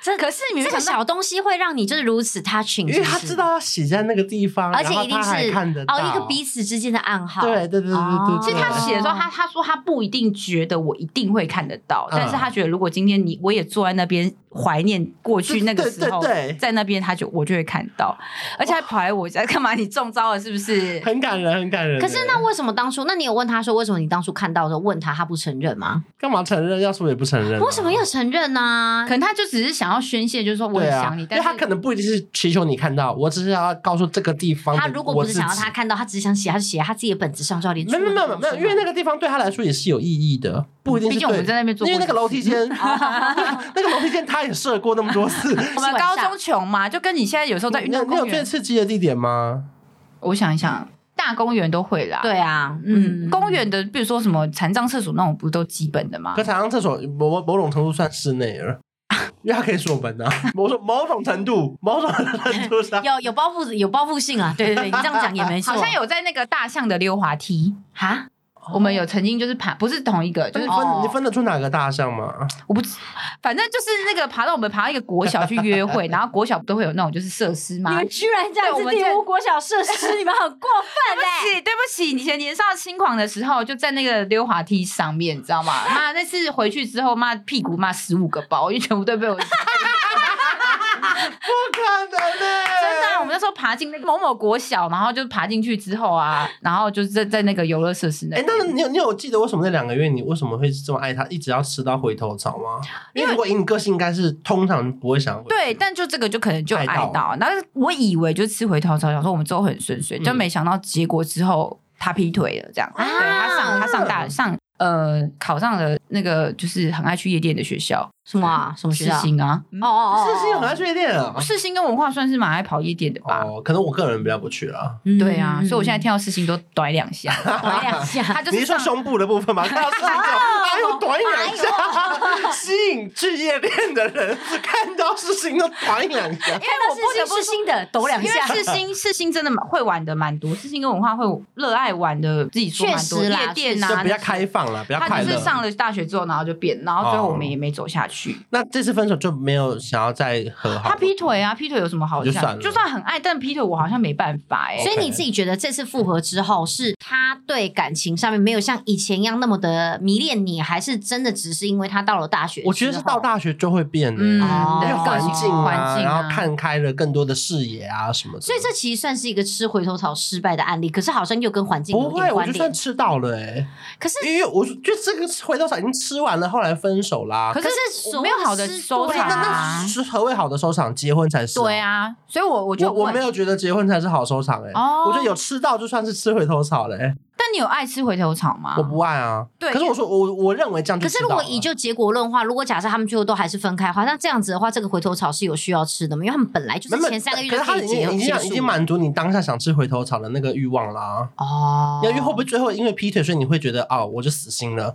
S1: 这
S2: 可是你没
S1: 这个
S2: 想到
S1: 小东西会让你就是如此 touching，
S3: 因为他
S1: 是不是
S3: 知道要写在那个地方，
S1: 而
S3: 然
S1: 且
S3: 后
S1: 一定
S3: 他还
S1: 是
S3: 看得到
S1: 哦，一个彼此之间的暗号。
S3: 对对对对对
S1: 哦
S2: 所
S3: 对，
S2: 以他写的时候，他他说他不一定觉得我一定会看得到，
S3: 嗯
S2: 但是他觉得如果今天你我也坐在那边怀念过去那个时候，
S3: 对对对
S2: 在那边他就我就会看到，而且还跑来我家 干嘛？你中招了是不是？
S3: 很感人，很感人。
S1: 可是那为什么当初？那你有问他说为什么你当初看到的时候问他，他不承认吗？
S3: 干嘛承认？要说也不承认啊，
S1: 为什么要承认啊呢
S2: 可？能他就只是想要宣泄，就是说我
S3: 对
S2: 也
S3: 啊，
S2: 想你，
S3: 因为
S2: 但
S3: 他可
S2: 是
S3: 能不一定是祈求你看到，我只是要告诉这个地方的
S1: 他如果不是想要
S3: 我自
S1: 他
S3: 己。
S1: 看到，他只是想写，他就写他自己的本子上就要连出
S3: 没有没有没
S1: 那
S3: 有
S1: 个
S3: 没有，因为那个地方对他来说也是有意义的，不一定是对。
S2: 毕竟我们在那边做过
S3: 因为那个楼梯间， 那个楼梯间他也射过那么多 次。
S2: 我们高中穷嘛，就跟你现在有时候在运
S3: 你有
S2: 动
S3: 你有
S2: 公
S3: 最
S2: 园，
S3: 刺激的地点吗？
S2: 我想一想，大公园都会啦，，
S1: 对啊，
S2: 嗯，
S1: 嗯，
S2: 公园的比如说什么残障厕所那种，不都基本的吗
S3: 可？彩上厕所某某某种程度算室内了，因为它可以锁门啊。某种某种程度，某种程度上，
S1: 有有包袱有包袱性啊，对对对，你这样讲也没错。
S2: 好像有在那个大象的溜滑梯，
S1: 哈，
S2: 我们有曾经就是爬，不是同一个，就
S3: 哦那
S2: 是
S3: 你分
S2: 哦
S3: 你分得出哪个大象吗？
S2: 我不知，反正就是那个爬到我们爬到一个国小去约会， 然后国小不都会有那种就是设施吗？
S1: 你
S2: 对
S1: 们居然这样
S2: 对我
S1: 子
S2: 们这
S1: 玷污国小设施， 你们很过分
S2: 不
S1: 嘞！
S2: 起，对不起，以前年少轻狂的时候，就在那个溜滑梯上面，你知道吗？ 妈，那次回去之后，妈屁股骂十五个包，因为全部都被我。
S3: 可能呢、
S2: 真的啊、我们那时候爬进那个某某国小，然后就爬进去之后啊，然后就是在在那个游乐设施那
S3: 哎、
S2: 边。
S3: 那你有你有记得为什么那两个月你为什么会这么爱他，一直要吃到回头草吗？因为如果以你个性，应该是通常不会想要回
S2: 对，但就这个就可能就爱
S3: 爱到
S2: 到，然后我以为就吃回头草，想说我们之后很顺遂，
S3: 嗯
S2: 就没想到结果之后他劈腿了，这样。
S1: 啊
S2: 对他上他上
S3: 嗯
S2: 大上呃考上了那个就是很爱去夜店的学校，
S1: 什么啊？什么学
S2: 世
S1: 校？
S2: 新啊，
S3: 嗯
S1: 哦哦哦，
S3: 是是有很爱去夜店啊。
S2: 世新跟文化哦算是蛮爱跑夜店的吧？
S3: 哦，可能我个人比较不去了。
S1: 嗯
S2: 对啊，所以我 现在听到事情都短两下，
S1: 玩两下。
S2: 他就
S3: 你
S2: 是
S3: 是说
S2: 上
S3: 胸部的部分吗？看到事情就哎呦短两下， 吸引去夜店的人看到事情就短两下。
S1: 看到是新是新的，抖两
S2: 因
S1: 下。
S2: 为世新世新真的蛮会玩的蛮多，世新跟文化会热爱玩的，自己说蛮多
S1: 确实啦
S2: 夜店
S1: 是
S2: 啊，
S3: 就比较开放了，比较
S2: 他
S3: 快
S2: 就
S3: 乐哦
S2: 是。上了大学之后，然后就变，然后最后我们也没走下去。
S3: 那这次分手就没有想要再和好吗？
S2: 他劈腿啊，劈腿有什么好
S3: 就
S2: 讲
S3: 算了
S2: 就算很爱，但劈腿我好像没办法哎、
S1: 所以你自己觉得这次复合之后，是他对感情上面没有像以前一样那么的迷恋你，还是真的只是因为他到了大学？
S3: 我觉得是到，大学就会变的，
S2: 嗯，
S3: 因
S1: 哦
S2: 对
S3: 为环
S2: 个
S3: 境
S2: 性
S3: 啊，
S2: 环境
S3: 然后
S2: 啊，
S3: 看开了更多的视野啊什么的。
S1: 所以这其实算是一个吃回头草失败的案例。可是好像又跟环境
S3: 不
S1: 有
S3: 会，
S1: 点
S3: 我
S1: 关
S3: 就算
S1: 联。
S3: 吃到了哎，
S1: 可是
S3: 因为我觉得这个回头草已经吃完了，后来分手啦。
S2: 可
S1: 可
S2: 是
S1: 是
S2: 我没有好的
S1: 所
S2: 收
S1: 谓
S2: 场
S1: 的
S3: 那
S2: 啊
S3: 那。是何谓好的收场？结婚才是。哦
S2: 对，啊，所以我我就
S3: 我我
S2: 问
S3: 没，有觉得结婚才是好收场哎、
S2: 哦
S3: 我觉得有吃到就算是吃回头草嘞、欸
S2: 但你有爱吃回头草吗？
S3: 我不爱啊。
S2: 对
S3: 可是我说我我认为这样就
S1: 可
S3: 吃
S1: 是
S3: 到
S1: 如
S3: 了啊
S1: 果以就结果论的话，如果假设他们最后都还是分开的话，那这样子的话，这个回头草是有需要吃的吗？因为他们本来就
S3: 没
S1: 是
S3: 有
S1: 前三个月
S3: 可
S1: 就是
S3: 他
S1: 可
S3: 已
S1: 以
S3: 经
S1: 结
S3: 已
S1: 结
S3: 经
S1: 束
S3: 已经满足你当下想吃回头草的那个欲望啦。
S1: 哦，
S3: 因为会不会最后因为劈腿，所以你会觉得哦，我就死心了？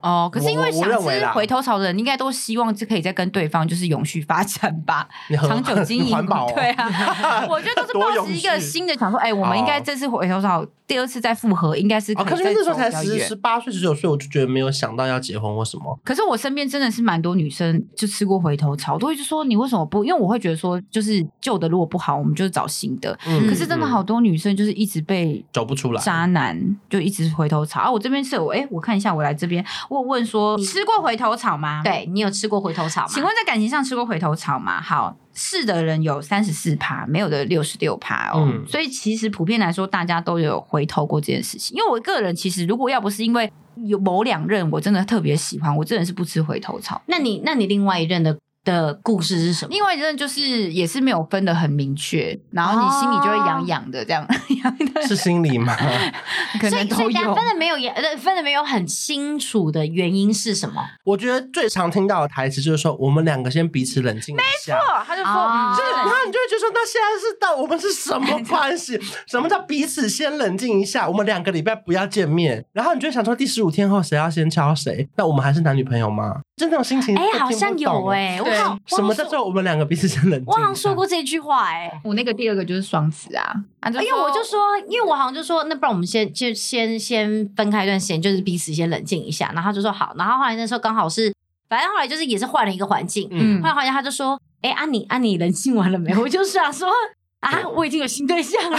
S2: 哦，可是因为
S3: 我我
S2: 想
S3: 认为
S2: 吃
S3: 啦
S2: 回头草的人，应该都希望是可以再跟对方就是永续发展吧，
S3: 你很
S2: 长久经
S3: 你
S2: 营。
S3: 环保、哦、
S2: 对 啊，我觉得都是
S3: 多
S2: 抱
S3: 永
S2: 持一个
S3: 续
S2: 新的想说，哎、我们应该
S3: 哦
S2: 这次回头草第二次再复合，应该是
S3: 啊，可
S2: 以
S3: 是
S2: 再
S3: 那时候
S2: 走
S3: 才
S2: 比较
S3: 十
S2: 远
S3: 十八岁、十九岁，我就觉得没有想到要结婚或什么。
S2: 可是我身边真的是蛮多女生就吃过回头草，我都会就说你为什么不？因为我会觉得说，就是旧的如果不好，我们就找新的。
S3: 嗯
S2: 可是真的好多女生就是一直被
S3: 走不出来。
S2: 渣男就一直回头草啊！我这边是有哎、我看一下，我来这边我有问说吃过回头草吗？，
S1: 对你有吃过回头草吗？
S2: 请问在感情上吃过回头草吗？好，是的人有三十四趴，没有的六十六趴哦。
S3: 嗯
S2: 所以其实普遍来说，大家都有回头过这件事情。因为我个人其实如果要不是因为有某两任我真的特别喜欢，我真的是不吃回头草。
S1: 那你那你另外一任的的故事是什么？
S2: 另外一任就是也是没有分的很明确，然后你心里就会痒痒的这样，痒的
S3: 是心理吗？
S2: 可
S1: 所
S2: 能
S1: 以所
S2: 都
S1: 以大家
S2: 有。
S1: 分的没有也呃分的没有很清楚的原因是什么？
S3: 我觉得最常听到的台词就是说，我们两个先彼此冷静一下。
S2: 哦他就说，
S1: 哦
S2: 嗯
S3: 就，
S2: 就是是
S3: 然后你就会觉得说，那现在是到我们是什么关系？ 什么叫彼此先冷静一下？我们两个礼拜不要见面，然后你就会想说，第十五天后谁要先敲谁？那我们还是男女朋友吗？就那种心情，
S1: 哎、好像有
S3: 哎、
S1: 哎、
S2: 对
S1: 我好
S3: 什么叫做我们两个彼此先冷静一下？
S1: 我好像说过这句话哎、
S2: 我那个第二个就是双子啊，啊，因
S1: 因为我就说，因为我好像就说，那不然我们先就先先分开一段时间，就是彼此先冷静一下。然后他就说好，然后后来那时候刚好是，反正后来就是也是换了一个环境，
S3: 嗯
S1: 后来好像他就说，哎、啊你啊你冷静完了没？我就想说啊，我已经有新对象了，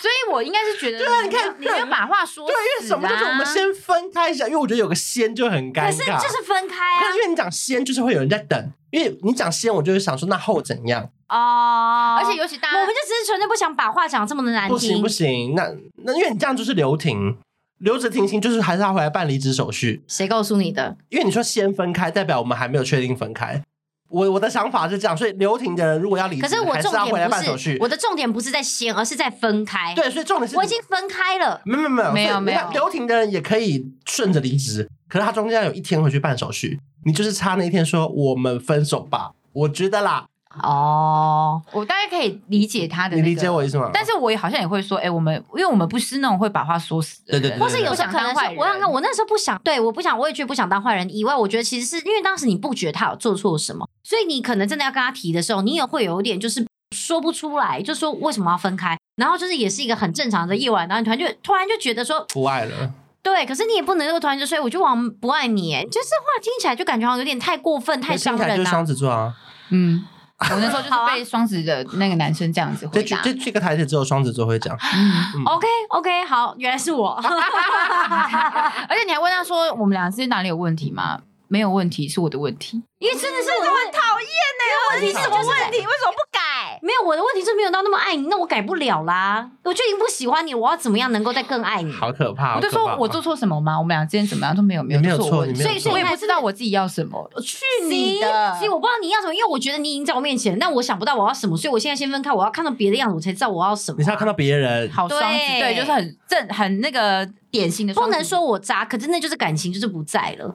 S2: 所以我应该是觉得，
S3: 对啊你看
S2: 你没有把话说死、啊，
S3: 对，因为什么叫做我们先分开一下？因为我觉得有个先就很尴尬。
S1: 可是就是分开
S3: 那
S1: 啊
S3: 因为你讲先，就是会有人在等。因为你讲先，我就是想说，那后怎样？
S1: 哦，
S2: 而且尤其大家
S1: 我们就只是纯粹不想把话讲这么的难
S3: 啊不行
S1: 听
S3: 不，行，那那因为你这样就是留停，留着停薪就是还是要回来办离职手续。
S1: 谁告诉你的？
S3: 因为你说先分开，代表我们还没有确定分开。我我的想法是这样，所以留停的人如果要离职，
S1: 可是我
S3: 还是
S1: 重
S3: 要回来
S1: 点
S3: 办手
S1: 不
S3: 续
S1: 是，。我的重点不是在先，而是在分开。，
S3: 对，所以重点是
S1: 我已经分开了。
S3: 没有没有
S2: 没有
S3: 所以
S2: 没有
S3: 你看留停的人也可以顺着离职，可是他中间有一天回去办手续，你就是差那一天说我们分手吧。我觉得啦，
S1: 哦，
S2: 我大概可以理解他的、
S3: 你理解我。意思吗？
S2: 但是我也好像也会说，哎、我们因为我们不是那种会把话说死的人，
S3: 对对对
S1: 或是有时候
S2: 不想
S1: 可
S2: 当
S1: 能是
S2: 坏人
S1: 我想看，我那时候不想，对，我不想，我也觉得不想当坏人以外，我觉得其实是因为当时你不觉得他有做错什么，所以你可能真的要跟他提的时候，你也会有一点就是说不出来，就说为什么要分开，然后就是也是一个很正常的夜晚，然后你突然就突然就觉得说，
S3: 不爱了，
S1: 对，可是你也不能够突然就说，哎我就往不爱你，哎，就是话听起来就感觉好像有点太过分，太伤
S3: 听起来就是
S1: 人了、
S3: 双子座啊。
S2: 嗯，我那时候就是被双子的那个男生这样子
S3: 这
S2: 回
S3: 句
S2: 答。
S3: 这这个台词只有双子座会讲。
S1: OK OK，好，原来是我。
S2: 而且你还问他说我们俩之间哪里有问题吗？没有问题是我的问题。
S1: 因为真的是我的问题，
S2: 讨厌呢，
S1: 因为问题是我问题
S2: 为什么不改？
S1: 没有我的问题是没有到那么爱你，那我改不了啦。我就已经不喜欢你，我要怎么样能够再更爱你？
S3: 好可怕！哦
S2: 我就说我做错什么吗？我们俩之间怎么样都没有，没有，
S3: 你没有
S2: 都是我
S3: 错
S2: 问
S3: 你
S2: 题
S3: 没有
S1: 所以错
S2: 我也不知道我自己要什么。
S1: 去你
S2: 是的
S1: 所以我不知道你要什么，因为我觉得你已经在我面前了，但我想不到我要什么，所以我现在先分开，我要看到别的样子，我才知道我要什么。
S3: 你是要看到别人，
S2: 好双子，
S1: 对
S2: 对，就是很正，很那个典型的双
S1: 不
S2: 子。
S1: 能说我渣，可是那就是感情就是不在了，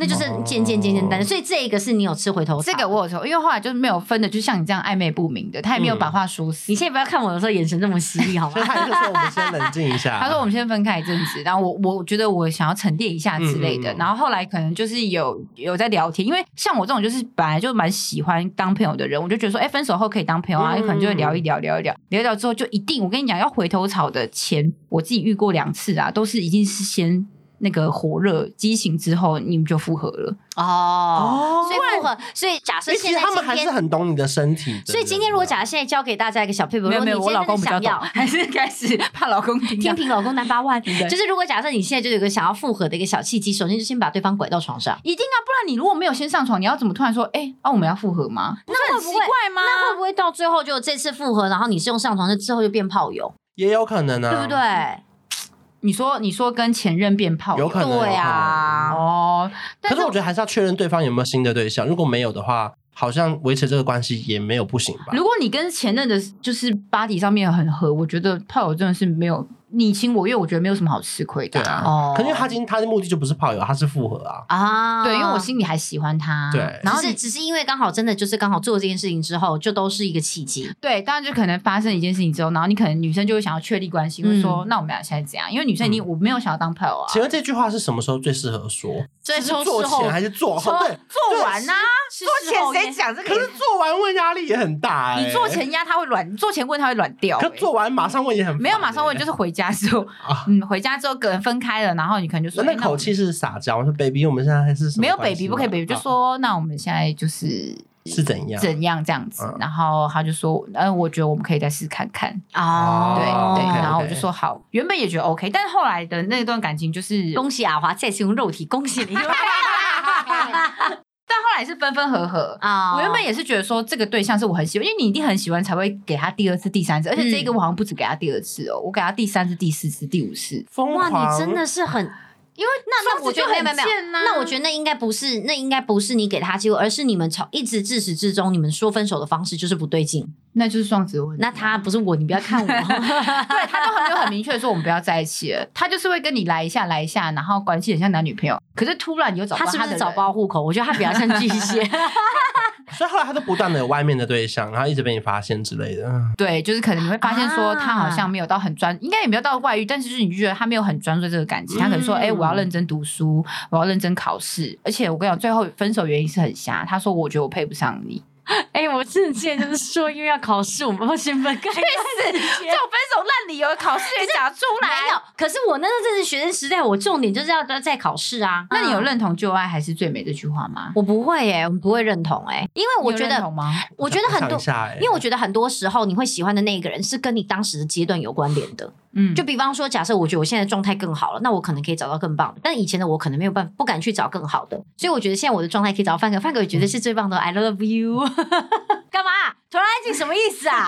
S1: 那就是渐渐渐渐淡。所以这一个是你有吃回头草
S2: 这个我有时候，因为后来就是没有分的，就像你这样暧昧不明的，他也没有
S3: 嗯
S2: 把话说死。
S1: 你现在不要看我的时候眼神这么犀利，好
S3: 所以
S1: 吗？
S3: 他就说我们先冷静一下。
S2: 他说我们先分开一阵子，然后我我觉得我想要沉淀一下之类的，
S3: 嗯嗯嗯
S2: 然后后来可能就是有有在聊天，因为像我这种就是本来就蛮喜欢当朋友的人，我就觉得说，哎、分手后可以当朋友啊，
S3: 嗯
S2: 可能就会聊一聊，聊一聊，聊一聊之后就一定，我跟你讲，要回头草的前，我自己遇过两次啊，都是已经是先。那个火热激情之后，你们就复合了。
S1: 哦
S3: 哦，
S1: 所以复合，所以假设
S3: 因为其
S1: 现
S3: 实
S1: 在
S3: 他们
S1: 今
S3: 还是
S1: 天。
S3: 很懂你的身体的人啊。
S1: 所以今天如果假设现在教给大家一个小配合，如
S2: 没有
S1: 果
S2: 没
S1: 你
S2: 有，我
S1: 今
S2: 老
S1: 天真
S2: 公
S1: 的
S2: 比较
S1: 想
S2: 懂，
S1: 要，
S2: 还是 开 始怕老公听到
S1: 天。平老公 男八万，
S2: 对
S1: 就是如果假设你现在就有一个想要复合的一个小契机，首先就先把对方拐到床上，
S2: 一定啊，不然你如果没有先上床，你要怎么突然说，哎、啊，我们要复合吗？
S1: 那
S2: 很
S1: 会
S2: 奇
S1: 不会
S2: 怪吗？
S1: 那会不会到最后就这次复合，然后你是用上床，就之后就变炮友，
S3: 也有可
S2: 嗯
S3: 能啊，
S1: 对不对？？
S2: 你说你说跟前任变炮友
S3: 有可能，
S1: 对啊
S3: 有可能
S2: 哦，但
S3: 可
S2: 是
S3: 是我觉得还是要确认对方有没有新的对象，如果没有的话，好像维持这个关系也没有不行吧。
S2: 如果你跟前任的就是 body 上面很合，我觉得炮友真的是没有你情我愿，我觉得没有什么好吃亏的、
S3: 对啊
S1: 哦
S3: 可是因为他今他的目的就不是炮友，他是复合啊。
S1: 啊，
S2: 对，因为我心里还喜欢他，
S3: 对
S2: 然
S1: 然
S2: 后
S1: 后
S2: 你
S1: 是只是因为刚好真的就是刚好做这件事情之后，就都是一个契机。
S2: 对，当然就可能发生一件事情之后，然后你可能女生就会想要确立关系，会说
S3: 嗯
S2: 那我们俩现在怎样？因为女生一定我没有想要当炮友啊，
S3: 请问这句话是什么时候最适合说？
S1: 所以
S3: 是
S1: 从
S3: 做
S1: 事后
S3: 前还是做后？对，
S2: 做完啊呐、
S1: 做
S2: 做前谁？讲这
S3: 可是
S2: 个？
S3: 做完问压力也很大、欸。
S2: 你做，前压他会软，做前问他会软掉、
S3: 可
S2: 欸
S3: 做完马上问也 很、。
S2: 没有马上问，就是是回家 之后，嗯，回家之后个人分开了，然后你可能就说
S3: 啊那
S2: 哎我
S3: 口
S2: 们
S3: 气是撒娇，我说 baby，我们现在还是什么
S2: 没有
S3: 关系
S2: baby 不可以 baby，就
S3: 啊
S2: 说那我们现在就是
S3: 是怎样？
S2: 怎样这样子
S3: 嗯，
S2: 然后他就说，嗯，我觉得我们可以再试看看，
S1: 哦
S3: 哦，
S2: 对对，
S3: OK，OK
S2: 然后我就说好，原本也觉得 OK，但后来的那段感情就是，
S1: 恭喜阿华再次用肉体恭 喜你 哦
S2: 但后来是分分合合。
S1: 啊！
S2: 我原本也是觉得说这个对象是我很喜欢，因为你一定很喜欢才会给他第二次、第三次，而且
S1: 嗯
S2: 这个我好像不止给他第二次哦，我给他第三次、第四次、第五次。
S3: 疯
S1: 哇，
S3: 狂，
S1: 你真的是很，因为那那我觉得没有没有没有。那我觉
S2: 得
S1: 得那应该不是，那应该不是你给他机会，而是你们从一直自始至终，你们说分手的方式就是不对劲。
S2: 那就是双子的问题啊
S1: 那他不是我，你不要看我。
S2: 对，他就很没有很明确地说我们不要在一起了，他就是会跟你来一下来一下，然后关系很像男女朋友，可是突然你又找不
S1: 他
S2: 到
S1: 是
S2: 他
S1: 不
S2: 的
S1: 是
S2: 人
S1: 找包户口？我觉得他比较像巨蟹。
S3: 所以后来他都不断的有外面的对象，然后一直被你发现之类的。嗯
S2: 对，就是可能你会发现说
S1: 啊
S2: 他好像没有到很专，应该也没有到外遇，但是就是你就觉得他没有很专注在这个感情，他可能说，
S1: 嗯
S2: 哎、我要认真读书，我要认真考试，而且我跟你讲，最后分手原因是很瞎，他说我觉得我配不上你，
S1: 哎、我之前就是说，因为要考试，我们要先分开。确实，
S2: 这种分手烂理由考试也讲出
S1: 没有
S2: 来。。
S1: 可是我那时候真是学生时代，我重点就是要在考试啊。
S2: 那你有
S1: 嗯？
S2: 认同旧爱还是最美这句话吗？
S1: 我不会耶、我不会认同哎、因为我
S2: 你有
S1: 觉
S2: 认
S1: 得
S2: 同，吗？
S1: 我觉得很
S3: 想
S1: 多
S3: 一。下欸
S1: 因为我觉得很多时候你会喜欢的那个人是跟你当时的阶段有关联的。
S2: 嗯，
S1: 就比方说，假设我觉得我现在状态更好了，那我可能可以找到更棒的。但以前的我可能没有办法，不敢去找更好的。所以我觉得现在我的状态可以找到范哥，范哥也觉得是最棒的。I love you。干嘛、突然安静什么意思啊？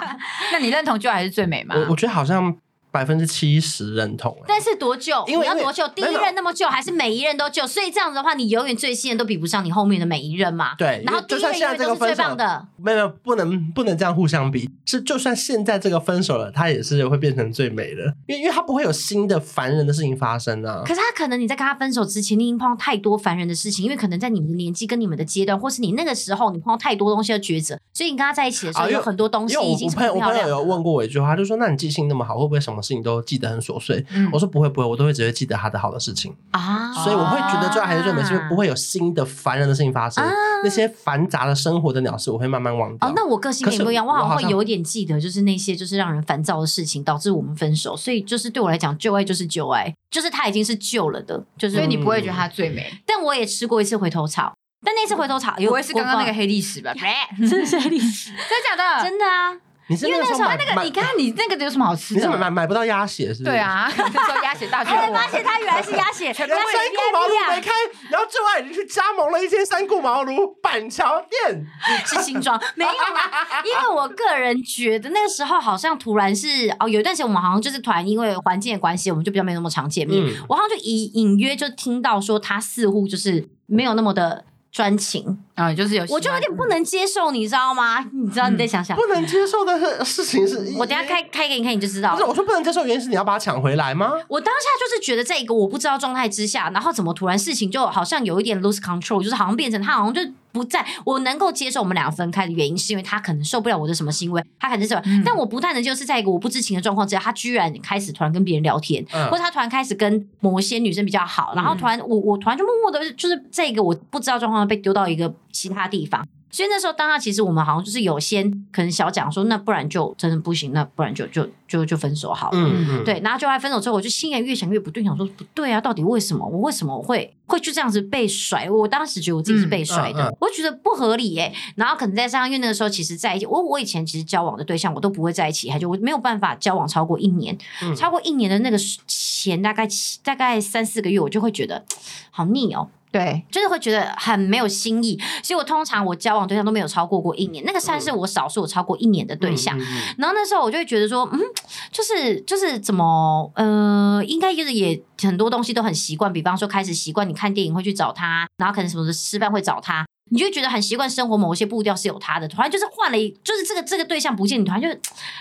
S2: 那你认同旧爱还是最美吗？
S3: 我我觉得好像百分之七十认同、欸，
S1: 但是多久？
S3: 因为
S1: 你要
S3: 因为
S1: 多久？第一
S3: 没有
S1: 任那么久，还是每一任都久？所以这样子的话，你永远最新的都比不上你后面的每一任嘛。
S3: 对
S1: 然
S3: 因
S1: 后
S3: 为
S1: 第
S3: 就
S1: 一
S3: 算
S1: 任
S3: 现在
S1: 永远
S3: 这
S1: 都
S3: 个
S1: 是最
S3: 分手
S1: 棒的。
S3: 没有没有，不能不能这样互相比。是，就算现在这个分手了，他也是会变成最美的，因为因为他不会有新的烦人的事情发生啊。
S1: 可是他可能你在跟他分手之前，你已经碰到太多烦人的事情，因为可能在你们的年纪跟你们的阶段，或是你那个时候你碰到太多东西的抉择，所以你跟他在一起的时候、
S3: 啊因为
S1: 有很多东西
S3: 因为我
S1: 已经
S3: 我
S1: 是
S3: 朋友
S1: 很
S3: 我
S1: 漂
S3: 朋友
S1: 亮
S3: 有
S1: 的。
S3: 问过我一句话，他就说：“那你记性那么好，会不会什么事情都记得很琐碎？”
S2: 嗯
S3: 我说：“不会不会，我都会直接记得他的好的事情。
S1: 啊
S3: 所以我会觉得最爱还是最美，是因为不会有新的烦人的事情发生，
S1: 啊
S3: 那些繁杂的生活的鸟事，我会慢慢忘掉。
S1: 哦，那我个性
S3: 可
S1: 跟你
S3: 是
S1: 不一样，我
S3: 我
S1: 好像
S3: 好
S1: 会
S3: 像
S1: 有一点记得，就是那些就是让人烦躁的事情，导致我们分手。所以就是对我来讲，旧爱就是旧爱，就是他已经是旧了的，就是。
S3: 嗯
S2: 所以你不会觉得它最美，
S1: 但我也吃过一次回头草，但那次回头草，
S2: 不
S1: 有
S2: 会是刚刚那个黑历史吧？
S1: 真的是黑历史，
S2: 真的假的？
S1: 真的啊。
S3: 你是
S1: 因为
S3: 个时
S1: 那时候
S3: 买
S2: 那个
S3: 买
S2: 你看你那个有什么好吃
S3: 你
S2: 的
S3: 是？买买不到鸭血是不是？
S2: 对。啊， 那时候鸭血大
S3: 啊
S2: 学
S1: 哎，
S2: 我
S1: 发现他原来是鸭血，鸭血
S3: 然后三顾茅庐没
S1: VIP 啊，
S3: 开，然后最后已经去加盟了一间三顾茅庐板桥店。
S1: 是新装，没有啊 啦。因为我个人觉得那时候好像突然是哦，有一段时间我们好像就是团，因为环境的关系，我们就比较没那么常见面。
S3: 嗯
S1: 我好像就隐隐约就听到说他似乎就是没有那么的专情，
S2: 啊，就是有，
S1: 我就有点不。能接受，你知道吗？你知道你再想想，
S3: 嗯不能接受的事情是，
S1: 我等一下开开给你看，你就知道
S3: 不是
S1: 了。
S3: 我说不能接受，原因是你要把它抢回来吗？
S1: 我当下就是觉得，在一个我不知道状态之下，然后怎么突然事情就好像有一点 lose control，就是好像变成他好像就不在我能够接受我们两个分开的原因，是因为他可能受不了我的什么行为，他可能是什么，
S2: 嗯
S1: 但我不太能就是在一个我不知情的状况之下，他居然开始突然跟别人聊天，
S3: 嗯
S1: 或者他突然开始跟某些女生比较好，然后突然我我突然就默默的，就是在一个我不知道状况被丢到一个其他地方。所以那时候，当下其实我们好像就是有先可能小讲说，那不然就真的不行，那不然就就就就分手好了。
S3: 嗯，
S1: 对，然后就来分手之后，我就心里越想越不对，想说不对啊，到底为什么？我为什么会会就这样子被甩？我当时觉得我自己是被甩的，
S3: 嗯嗯嗯
S1: 我觉得不合理耶、然后可能再加上，因为那个时候其实在一起，我我以前其实交往的对象我都不会在一起，还就我没有办法交往超过一年，
S3: 嗯
S1: 超过一年的那个前大概七大概三四个月，我就会觉得好腻哦、
S2: 对，
S1: 就是会觉得很没有新意，所以我通常我交往对象都没有超过过一年，那个算是我少数有超过一年的对象。
S3: 嗯，嗯
S1: 然后那时候我就会觉得说，嗯，就是就是怎么，呃，应该就是也很多东西都很习惯，比方说开始习惯你看电影会去找他，然后可能什么时候吃饭会找他，你就会觉得很习惯生活某些步调是有他的。突然就是换了一，就是这个这个对象不见，你突然就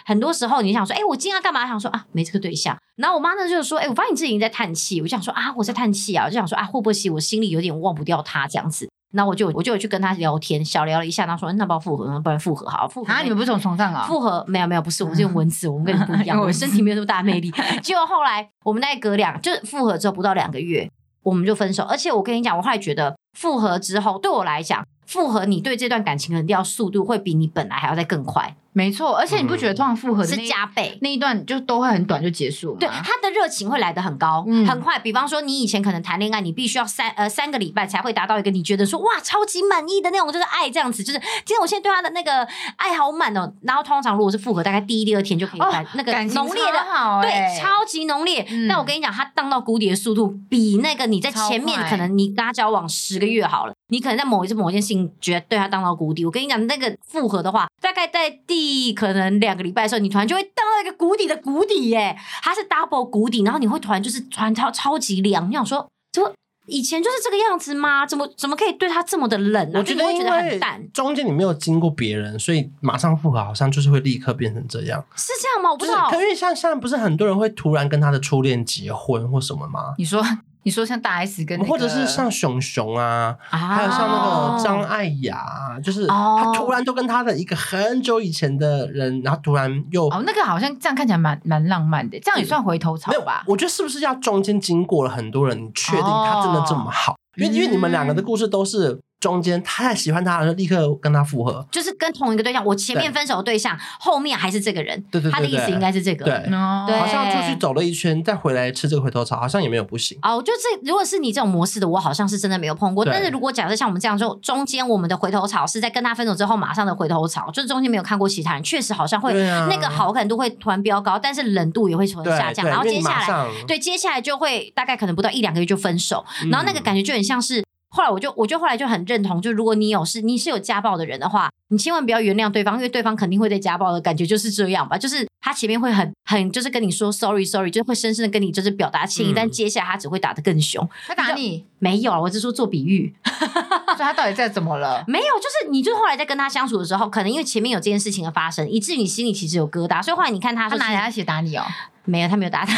S1: 很多时候你想说，哎、我今天要干嘛？想说啊，没这个对象。然后我妈呢就说，哎、我发现你自己已经在叹气，我就想说啊，我在叹气啊，我就想说啊，会不会是我心里有点忘不掉他这样子？然后我就我就有去跟他聊天，小聊了一下，然后说那不要复合，嗯那不然复合好，复合
S2: 啊，
S1: 那
S2: 你们不是从床上啊？
S1: 复合没有没有，不是，我是用文字，我们跟 你不一样，
S2: 用
S1: 我
S2: 文字
S1: 身体没有那么大 魅力。结果后来我们那隔两，就是复合之后不到两个月，我们就分手。而且我跟你讲，我后来觉得复合之后，对我来讲，复合你对这段感情的要速度会比你本来还要再更快，
S2: 没错，而且你不觉得通常复哦合的那
S1: 是
S2: 一
S1: 加倍。
S2: 那一段就都会很短就结束吗？
S1: 对他的热情会来得很高，
S2: 嗯
S1: 很快。比方说，你以前可能谈恋爱，你必须要三呃三个礼拜才会达到一个你觉得说哇超级满意的那种，就是爱这样子，就是今天我现在对他的那个爱好满哦。然后通常如果是复合，大概第一第二天就可以
S2: 哦
S1: 把那个
S2: 感情
S1: 浓烈的
S2: 超好欸
S1: 对，超级浓烈。
S2: 嗯
S1: 但我跟你讲，它荡到谷底的速度，比那个你在
S2: 超
S1: 前面
S2: 快
S1: 可能你跟他交往十个月好了，你可能在某一次某件事情觉得对他荡到谷底。我跟你讲，那个复合的话，大概在第可能两个礼拜的时候，你突然就会荡到一个谷底的谷底耶，它是 double 谷底，然后你会突然就是突然超超级凉，你想说怎么以前就是这个样子吗？怎么怎么可以对他这么的冷、啊？
S3: 我觉
S1: 就
S3: 得
S1: 你会
S3: 因
S1: 觉得很
S3: 为
S1: 淡，
S3: 中间你没有经过别人，所以马上复合好像就是会立刻变成这样。
S1: 是这样吗？我不
S3: 就
S1: 知
S3: 是
S1: 道，，
S3: 因为像现在不是很多人会突然跟他的初恋结婚或什么吗？
S2: 你说你说像大 S 跟那个
S3: 或者是像熊熊啊，还有像那个张艾雅啊，就是
S1: 哦
S3: 他突然都跟他的一个很久以前的人，然后突然又
S2: 哦，那个好像这样看起来蛮蛮浪漫的，这样也算回头草
S3: 没有
S2: 吧？
S3: 我觉得是不是要中间经过了很多人，你确定他真的这么好？因为因为你们两个的故事都是中间他太喜欢他了，就立刻跟他复合。
S1: 就是跟同一个对象，我前面
S3: 对
S1: 分手的对象，后面还是这个人。
S3: 对对对对
S1: 他的意思应该是这个。
S3: 对，
S2: 哦
S1: 对
S3: 好像出去走了一圈，再回来吃这个回头草，好像也没有不行。
S1: 哦，就这，如果是你这种模式的，我好像是真的没有碰过。
S3: 对
S1: 但是如果假设像我们这样，就中间我们的回头草是在跟他分手之后马上的回头草，就是中间没有看过其他人，确实好像会、
S3: 对啊
S1: 那个好感度会突然飙高，但是冷度也会突
S3: 对
S1: 然下降，
S3: 对
S1: 然后
S3: 因为
S1: 接
S3: 你
S1: 下
S3: 马
S1: 来
S3: 上
S1: 对，接下来就会大概可能不到一两个月就分手，
S3: 嗯
S1: 然后那个感觉就很像是。后来我就我就后来就很认同，就如果你有是你是有家暴的人的话，你千万不要原谅对方，因为对方肯定会对家暴的感觉就是这样吧，就是他前面会很很就是跟你说 sorry sorry，就会深深的跟你就是表达歉意，
S3: 嗯
S1: 但接下来他只会打得更凶。
S2: 他打你，
S1: 没有啊，我只说做比喻，
S2: 所以他到底在怎么了？
S1: 没有，就是你就后来在跟他相处的时候，可能因为前面有这件事情的发生，以至于你心里其实有疙瘩，所以后来你看他
S2: 他
S1: 说
S2: 拿牙血打你哦，
S1: 没有，他没有打他。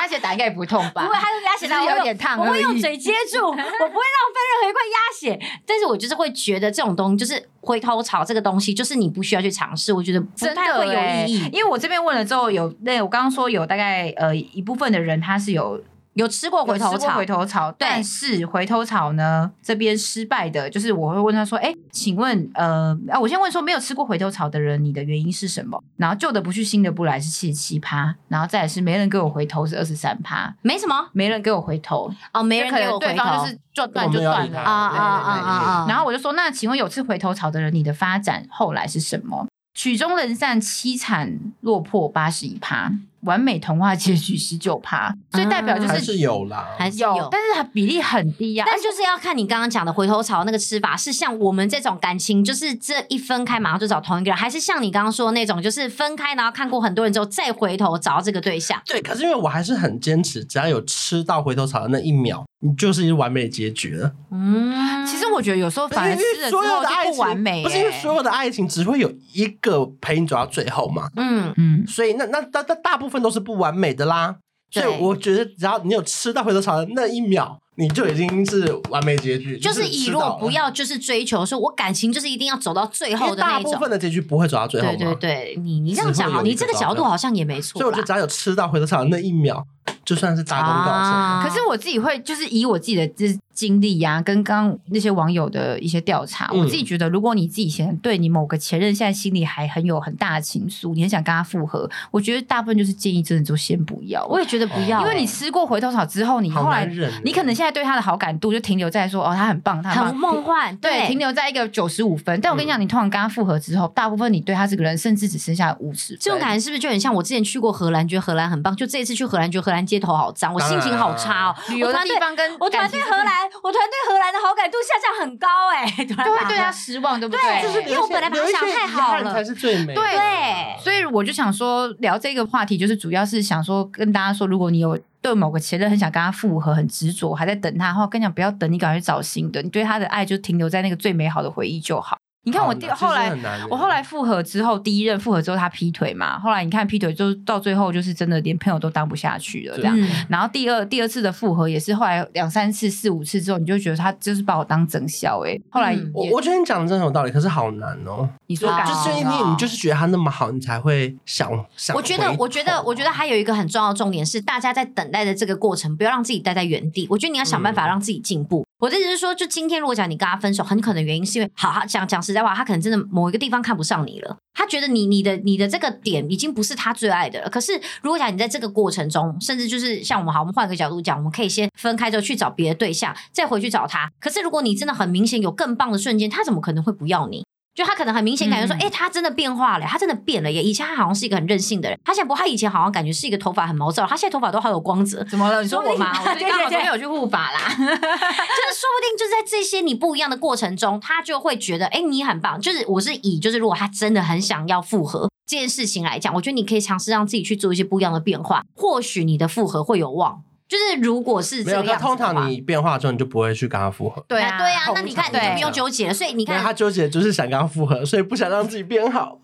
S2: 鸭血打应该也不痛吧？
S1: 不会，他是鸭血，
S2: 只是
S1: 但我
S2: 有
S1: 用
S2: 点烫
S1: 我
S2: 而
S1: 会
S2: 已
S1: 用嘴接住，我不会浪费任何一块鸭血。但是我就是会觉得这种东西，就是回头草这个东西，就是你不需要去尝试，我觉得不
S2: 真
S1: 太
S2: 的
S1: 会
S2: 欸
S1: 有意义。
S2: 因为我这边问了之后，有那我刚刚说有大概呃一部分的人他是有
S1: 有吃过回头
S2: 有吃过
S1: 草
S2: 回，头草，
S1: 对
S2: 但是回头草呢这边失败的，就是我会问他说，哎，请问呃啊，我先问说没有吃过回头草的人，你的原因是什么？然后旧的不去，新的不来是七十七趴，然后再来是没人给我回头是二十三趴，
S1: 没什么
S2: 没人给我回头，
S1: 哦，没人
S2: 就可
S1: 给
S2: 能
S1: 我回
S2: 对
S1: 头
S2: 方就是就
S3: 我
S2: 断就
S3: 没有
S2: 断
S3: 理他
S2: 了。
S1: 啊啊啊啊啊！
S2: 然后我就说，那请问有吃回头草的人，你的发展后来是什么？曲终人散，凄惨落魄八十一趴，完美童话结局十九趴，所以代表就
S3: 嗯还
S2: 是
S3: 是有啦，
S1: 还是
S2: 有，但是它比例很低呀、啊。
S1: 但就是要看你刚刚讲的回头草那个吃法，是像我们这种感情，就是这一分开马上就找同一个人，还是像你刚刚说的那种，就是分开然后看过很多人之后再回头找这个对象？
S3: 对，可是因为我还是很坚持，只要有吃到回头草的那一秒，你就是一个完美的结局了。
S1: 嗯，
S2: 其实我觉得有时候
S3: 不是
S2: 反而
S3: 因
S2: 吃了之
S3: 为所
S2: 后
S3: 有的爱
S2: 就
S3: 情
S2: 不完美、欸，
S3: 不是因为所有的爱情只会有一个陪你走到最后嘛，
S1: 嗯，
S2: 嗯，
S3: 所以那那大大大部分都是不完美的啦。所
S1: 对
S3: 以我觉得只要你有吃到回头草的那一秒，你就已经是完美结局，
S1: 就是是以
S3: 吃
S1: 若
S3: 到了
S1: 不。要，就是追求说我感情就是一定要走到最
S3: 因
S1: 后
S3: 为
S1: 的
S3: 大
S1: 那一
S3: 部
S1: 种。
S3: 分的结局不会走到最后
S1: 对
S3: 嘛，
S1: 对对，你你这样讲
S3: 只会
S1: 好，
S3: 有一个
S1: 你这个角度好像也没错
S3: 所以我
S1: 啦
S3: 觉得只要有吃到回头草的那一秒，就算是大功告成。
S1: 啊
S2: 可是我自己会，就是以我自己的这经历呀、跟刚刚那些网友的一些调查，
S3: 嗯
S2: 我自己觉得，如果你自己以前对你某个前任现在心里还很有很大的情愫，你很想跟他复合，我觉得大部分就是建议真的就先不要，
S1: 我也觉得不要、
S2: 因为你
S1: 欸
S2: 吃过回头草之后，你
S3: 好
S2: 后来
S3: 难忍哦
S2: 你可能现在对他的好感度就停留在说哦他很棒，他
S1: 欸很
S2: 棒
S1: 梦幻，
S2: 对，停留在一个九十五分，但我跟你讲，你通常跟他复合之后，大部分你对他这个人甚至只剩下五十分。
S1: 这种感觉是不是就很像我之前去过荷兰，觉得荷兰很棒？就这一次去荷兰，觉得荷兰街头好脏，我心情好差哦。
S2: 旅游
S1: 我
S2: 的
S1: 团队
S2: 地方跟
S1: 我团
S2: 感情
S1: 队
S2: 是
S1: 荷兰，我团队荷兰的好感度下降很高哎、
S3: 啊
S1: 就
S2: 就会对他失望，对不
S1: 对
S3: 就是
S1: 哎因为我本来把它
S3: 留一些
S1: 想太
S3: 遗
S1: 好
S3: 憾
S1: 了
S3: 才是最美的。啊
S2: 对
S1: 对
S2: 所以我就想说，聊这个话题，就是主要是想说跟大家说，如果你有对某个前任很想跟他复合，很执着，还在等他的话，跟你讲不要等，你赶快去找新的。你对他的爱就停留在那个最美好的回忆就好。你看我第
S3: 好难
S2: 后
S3: 其实
S2: 来
S3: 很难耶，
S2: 我后来复合之后，第一任复合之后他劈腿嘛，后来你看劈腿就到最后就是真的连朋友都当不下去了这样。
S1: 嗯，
S2: 然后第二第二次的复合也是后来两三次四五次之后，你就觉得他就是把我当整笑哎、欸后来也、
S1: 嗯
S3: 我我觉得你讲的真的有道理，可是好难哦。
S2: 你
S3: 就
S2: 说感
S3: 就是
S2: 情
S3: 因为
S2: 哦
S3: 你就是觉得他那么好，你才会想想
S1: 我
S3: 回头。
S1: 觉得，我觉得，我觉得还有一个很重要的重点是，大家在等待的这个过程，不要让自己待在原地。我觉得你要想办
S3: 嗯
S1: 法让自己进步。我的意思是说，就今天如果讲你跟他分手，很可能原因是因为，好，他讲讲实在话，他可能真的某一个地方看不上你了，他觉得你你的你的这个点已经不是他最爱的了。可是如果讲你在这个过程中，甚至就是像我们好，我们换个角度讲，我们可以先分开之后去找别的对象，再回去找他。可是如果你真的很明显有更棒的瞬间，他怎么可能会不要你？就他可能很明显感觉说，
S2: 嗯
S1: 哎、他真的变化了，他真的变了耶。以前他好像是一个很任性的人，他现在不，他以前好像感觉是一个头发很毛躁，他现在头发都好有光泽。
S2: 怎么了？你
S1: 说
S2: 说
S1: 我
S2: 我
S1: 吗
S2: 吗？
S1: 我
S2: 我
S1: 最
S2: 最近
S1: 近刚
S2: 刚好
S1: 好都
S2: 都
S1: 没
S2: 没
S1: 有
S2: 有去护法 啦。
S1: 就是说不定就是在这些你不一样的过程中，他就会觉得，哎、你很棒。就是我是以，就是如果他真的很想要复合这件事情来讲，我觉得你可以尝试让自己去做一些不一样的变化，或许你的复合会有望。就是如果
S3: 没
S1: 是这
S3: 有，
S1: 个
S3: 可
S1: 样子的
S3: 通
S1: 话，
S3: 常你变化之后，你就不会去跟他复合。
S2: 对
S1: 啊，对啊，那你看你
S3: 通常
S1: 就不用
S3: 对
S1: 纠结了。所以你
S3: 没
S1: 看
S3: 有，，他纠结就是想跟他复合，所以不想让自己变好。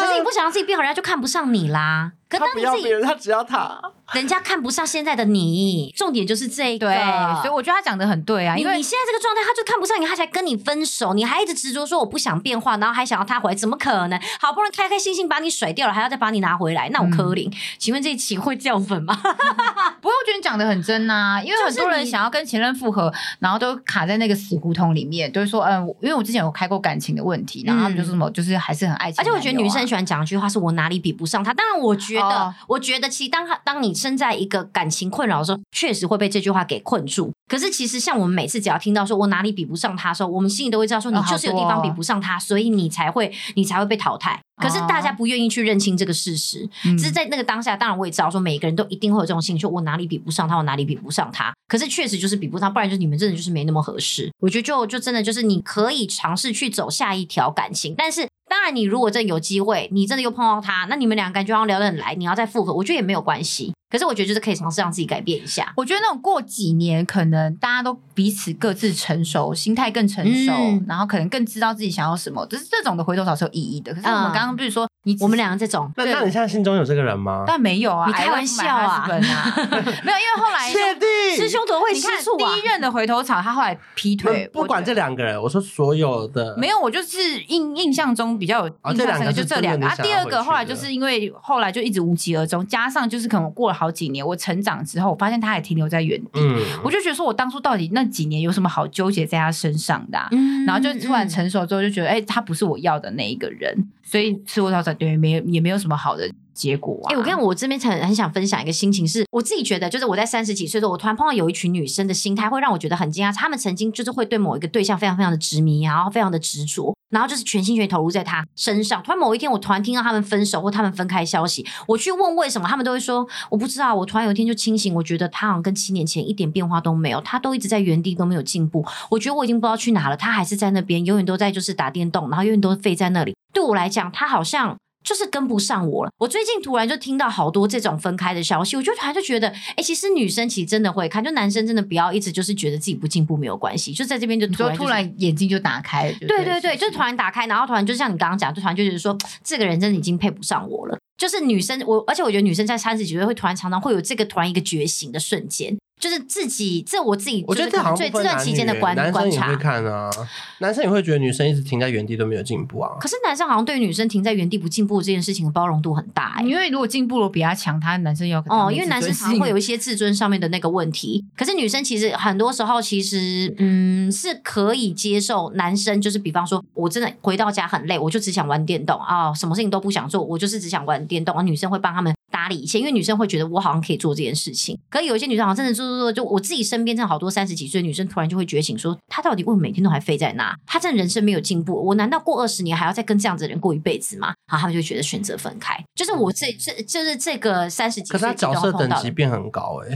S1: 可是你不想让自己变好，人家就看不上你啦。可当
S3: 他不
S1: 你
S3: 要
S1: 自
S3: 别
S1: 己，
S3: 人，他只要他。
S1: 人家看不上现在的你，重点就是这个。
S2: 对，所以我觉得他讲的很对啊，
S1: 你
S2: 因为
S1: 你现在这个状态，他就看不上你，他才跟你分手，你还一直执着说我不想变化，然后还想要他回来，怎么可能？好不容易开开心心把你甩掉了，还要再把你拿回来，那我柯林，
S2: 嗯
S1: 请问这一期会掉粉吗？
S2: 不过我觉得你讲的很真啊，因为很多人想要跟前任复合，然后都卡在那个死胡同里面，就是说，嗯，我因为我之前有开过感情的问题，然后他们就是什么，就是还是很爱情、
S1: 嗯而且我觉得女生很。喜欢讲一句话，是我哪里比不上他。当然，我觉得，
S2: 哦
S1: 我觉得其实当他当你身在一个感情困扰的时候，确实会被这句话给困住。可是其实像我们每次只要听到说我哪里比不上他的时候，我们心里都会知道说你
S2: 哦好
S1: 就是有地
S2: 多
S1: 方
S2: 哦
S1: 比不上他，所以你才会你才会被淘汰。可是
S2: 哦
S1: 大家不愿意去认清这个事实，
S2: 嗯
S1: 只是在那个当下，当然我也知道说每个人都一定会有这种心情，说我哪里比不上他，我哪里比不上他。可是确实就是比不上，不然就是你们真的就是没那么合适。我觉得就就真的就是你可以尝试去走下一条感情，但是当然你如果真的有机会，你真的又碰到他，那你们两个感觉好像聊得很来，你要再复合，我觉得也没有关系。可是我觉得就是可以尝试让自己改变一下。
S2: 我觉得那种过几年，可能大家都彼此各自成熟，心态更成熟，
S1: 嗯
S2: 然后可能更知道自己想要什么，就是这种的回头草是有意义的。可是我
S1: 嗯
S2: 们刚刚不是说你只
S1: 我们两个这种，
S3: 那
S2: 对
S3: 那你现在心中有这个人吗？
S2: 但没有啊，
S1: 你开玩笑啊
S2: I love my husband 啊 没有，因为后 来
S3: 确定？
S1: 师兄多会
S2: 你
S1: 吃
S2: 看
S1: 醋啊！嗯
S2: 第一任的回头草，他后来劈腿，
S3: 嗯不不管
S2: 我
S3: 这两个人，我说所有的
S2: 没有，我就是印印象中比较有
S3: 哦
S2: 印
S3: 这
S2: 象
S3: 两
S2: 深
S3: 个
S2: 刻，
S3: 是
S2: 就这
S3: 真的
S2: 两个。
S3: 你
S2: 啊，
S3: 想
S2: 第
S3: 要
S2: 二
S3: 回
S2: 个
S3: 去
S2: 后来
S3: 的
S2: 就是因为后来就一直无疾而终，加上就是可能我过了好几年，我成长之后，我发现他还停留在原地，
S3: 嗯，
S2: 我就觉得说我当初到底那几年有什么好纠结在他身上的啊、
S1: 嗯
S2: 然后就突然成熟之后，就觉得哎、他不是我要的那一个人，所以吃过早餐对没有也没有什么好的结果啊。
S1: 哎、我跟你讲，我这边很很想分享一个心情是，我自己觉得，就是我在三十几岁的时候，我突然碰到有一群女生的心态，会让我觉得很惊讶。她们曾经就是会对某一个对象非常非常的执迷，然后非常的执着。然后就是全心全意投入在他身上。突然某一天，我突然听到他们分手或他们分开消息，我去问为什么，他们都会说我不知道。我突然有一天就清醒，我觉得他好像跟七年前一点变化都没有，他都一直在原地都没有进步。我觉得我已经不知道去哪了，他还是在那边，永远都在就是打电动，然后永远都废在那里。对我来讲，他好像。就是跟不上我了。我最近突然就听到好多这种分开的消息，我就突然就觉得，哎、其实女生其实真的会看，就男生真的不要一直就是觉得自己不进步没有关系，就在这边就
S2: 你
S1: 突
S2: 说
S1: 然、
S2: 突。然眼睛就打开了，
S1: 对对
S2: 对
S1: 对，就突然打开，然后突然就像你刚刚讲，就突然就觉得说，这个人真的已经配不上我了。就是女生，我而且我觉得女生在三十几岁会突然常常会有这个突然一个觉醒的瞬间，就是自己，这我自己，
S3: 我觉得
S1: 这
S3: 这好像
S1: 对
S3: 不分
S1: 这段
S3: 男
S1: 期
S3: 女
S1: 间的
S3: 欸
S1: 观
S3: 男生
S1: 观
S3: 也会
S1: 察。
S3: 看啊，男生也会觉得女生一直停在原地都没有进步啊。
S1: 可是男生好像对女生停在原地不进步这件事情的包容度很大、欸，
S2: 因为如果进步了比他强，他男生要
S3: 嗯
S1: 哦，因为男生常常会有
S2: 一
S1: 一些自尊上面的那个问题，可是女生其实很多时候其实嗯是可以接受男生，就是比方说我真的回到家很累，我就只想玩电动啊、什么事情都不想做，我就是只想玩电动。啊，女生会帮他们打理一切，因为女生会觉得我好像可以做这件事情。可有一些女生好像真的做做做，就我自己身边真的好多三十几岁的女生突然就会觉醒说，她到底为什么每天都还飞在那？她真的人生没有进步，我难道过二十年还要再跟这样子的人过一辈子吗？然后他们就觉得选择分开，就是我这这就是这个三十几
S3: 可
S1: 岁
S3: 是他
S1: 阶段
S3: 角色
S1: 碰
S3: 等
S1: 到的
S3: 级变很高哎、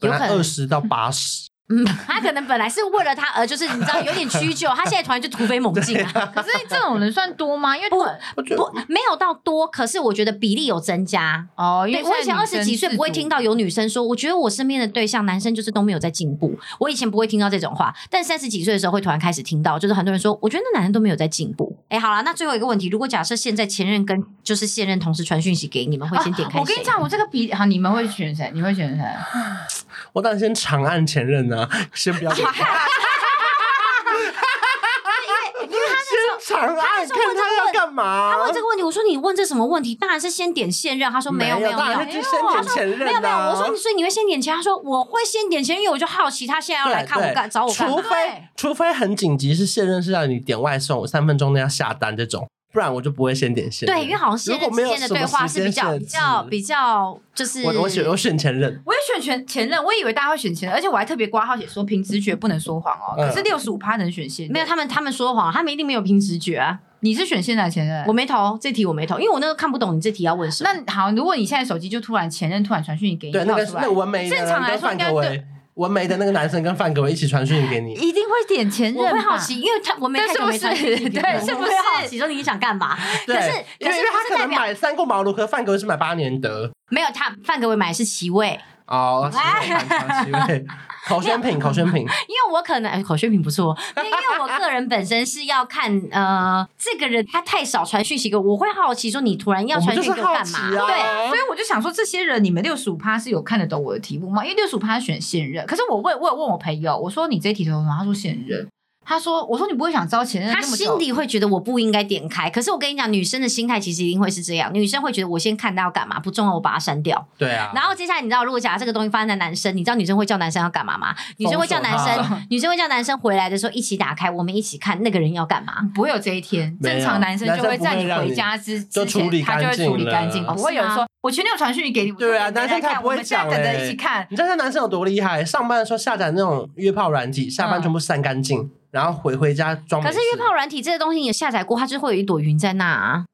S1: 有
S3: 本
S1: 可
S3: 来
S1: 能
S3: 二十到八 十，
S1: 嗯，他可能本来是为了他而，就是你知道有点屈就，他现在突然就突飞猛进 啊，
S2: 可是这种人算多吗？因为
S1: 不
S3: 我觉得
S1: 不没有到多，可是我觉得比例有增加。
S2: 哦，因
S1: 对，
S2: 为
S1: 我以前二十几岁不会听
S2: 到。
S1: 到有女生说，我觉得我身边的对象男生就是都没有在进步。我以前不会听到这种话，但三十几岁的时候会突然开始听到，就是很多人说，我觉得那男人都没有在进步。哎，好了，那最后一个问题，如果假设现在前任跟就是现任同事传讯息给你们，会先点开、
S2: 我跟你，讲，我这个比好，你们会选谁？你会选谁？
S3: 我当然先长按前任啊，先不要 给他。先长按，看他要干嘛？
S1: 他问这个问题，我说你问这什么问题？当然是先点现任。他说没有没有
S3: 当
S1: 没有
S3: 然，是先点前任、啊、
S1: 没有没有，我说你所以你会先点钱，他说我会先点钱，因为我就好奇他现在要来看我干找我干嘛
S3: 除。非除非很紧急，是现任是让你点外送，我三分钟内要下单这种，不然我就不会先点现任。
S1: 对，因为好像现
S3: 如
S1: 任
S3: 果没
S1: 之
S3: 有
S1: 间的对话
S3: 什
S1: 是
S3: 么
S1: 比
S3: 时间
S1: 较比较
S3: 限制
S1: 比较就是
S3: 我我选我选前任，
S2: 我也选前前任，我以为大家会选前任，而且我还特别挂号写说凭直觉不能说谎哦。
S3: 嗯
S2: 可是六十五趴能选现任，
S1: 没有他们他们说谎，他们一定没有凭直觉啊。
S2: 你是选现在前任
S1: 我。没投这题，我没投，因为我那时候看不懂你这题要问什么。
S2: 那好，如果你现在手机就突然前任突然传讯息给你，
S3: 对，那个
S2: 跳出来
S3: 那个文梅的
S2: 正常
S3: 人
S2: 来
S3: 跟
S2: 说
S3: 范
S2: 应该
S3: 格
S2: 对
S3: 维，文梅的那个男生跟范格维一起传讯息给你，
S2: 一定会点前任
S1: 我
S2: 吧，
S1: 会好奇，因为他我没
S2: 对
S1: 太久没
S2: 是不
S1: 传
S2: 是
S1: 讯息给
S2: 对
S1: 我
S2: 是不
S1: 我
S2: 是
S1: 会好奇说你想干嘛？
S3: 对，
S1: 可是
S3: 因
S1: 可
S3: 为
S1: 是
S3: 因为
S1: 不
S3: 他
S1: 是
S3: 可
S1: 代
S3: 能
S1: 表
S3: 买三顾茅庐，可是范格维是买八年得
S1: 没有他范格维买的是奇位，
S3: 哦，
S1: 哎
S3: 七位 考选品，考选品，
S1: 因为我可能、哎、口宣品不错，因为因为我个人本身是要看呃，这个人他太少传讯息给我，我会好奇说你突然要
S3: 我们
S1: 传
S3: 就
S1: 讯
S3: 是
S1: 息给我
S3: 好
S1: 干
S3: 奇
S1: 嘛？
S3: 啊，
S1: 对。
S2: 所以我就想说，这些人你们六十五趴是有看得懂我的题目吗？因为六十五趴选现任，可是我问，我有问我朋友，我说你这题投什么？他说现任。他说，我说你不会想知道前任
S1: 他
S2: 这么久
S1: 心里会觉得我不应该点开，可是我跟你讲，女生的心态其实一定会是这样，女生会觉得我先看他要干嘛，不重要我把它删掉。
S3: 对啊，
S1: 然后接下来你知道，如果假如这个东西发生在男生，你知道女生会叫男生要干嘛吗？女生会叫男
S3: 封
S1: 生，女生会叫男生回来的时候一起打开，我们一起看那个人要干嘛。
S2: 不会有这一天。
S3: 没有
S2: 正常男生就会在你回家之之
S3: 就处理
S2: 前，他
S3: 干
S2: 就
S3: 净了
S2: 会处理干净，不会有人
S1: 哦是
S2: 说我前天有传讯给你。
S3: 对啊
S2: 我说
S3: 男生他不会讲
S2: 我们现在等
S3: 欸
S2: 着一起看。
S3: 你知道这男生有多厉害？上班的时候下载那种约炮软体，下班全部删干净，然后回回家装没
S1: 嗯可
S3: 事。
S1: 是约炮软体这些东西，你有下载过，它就会有一朵云在那啊。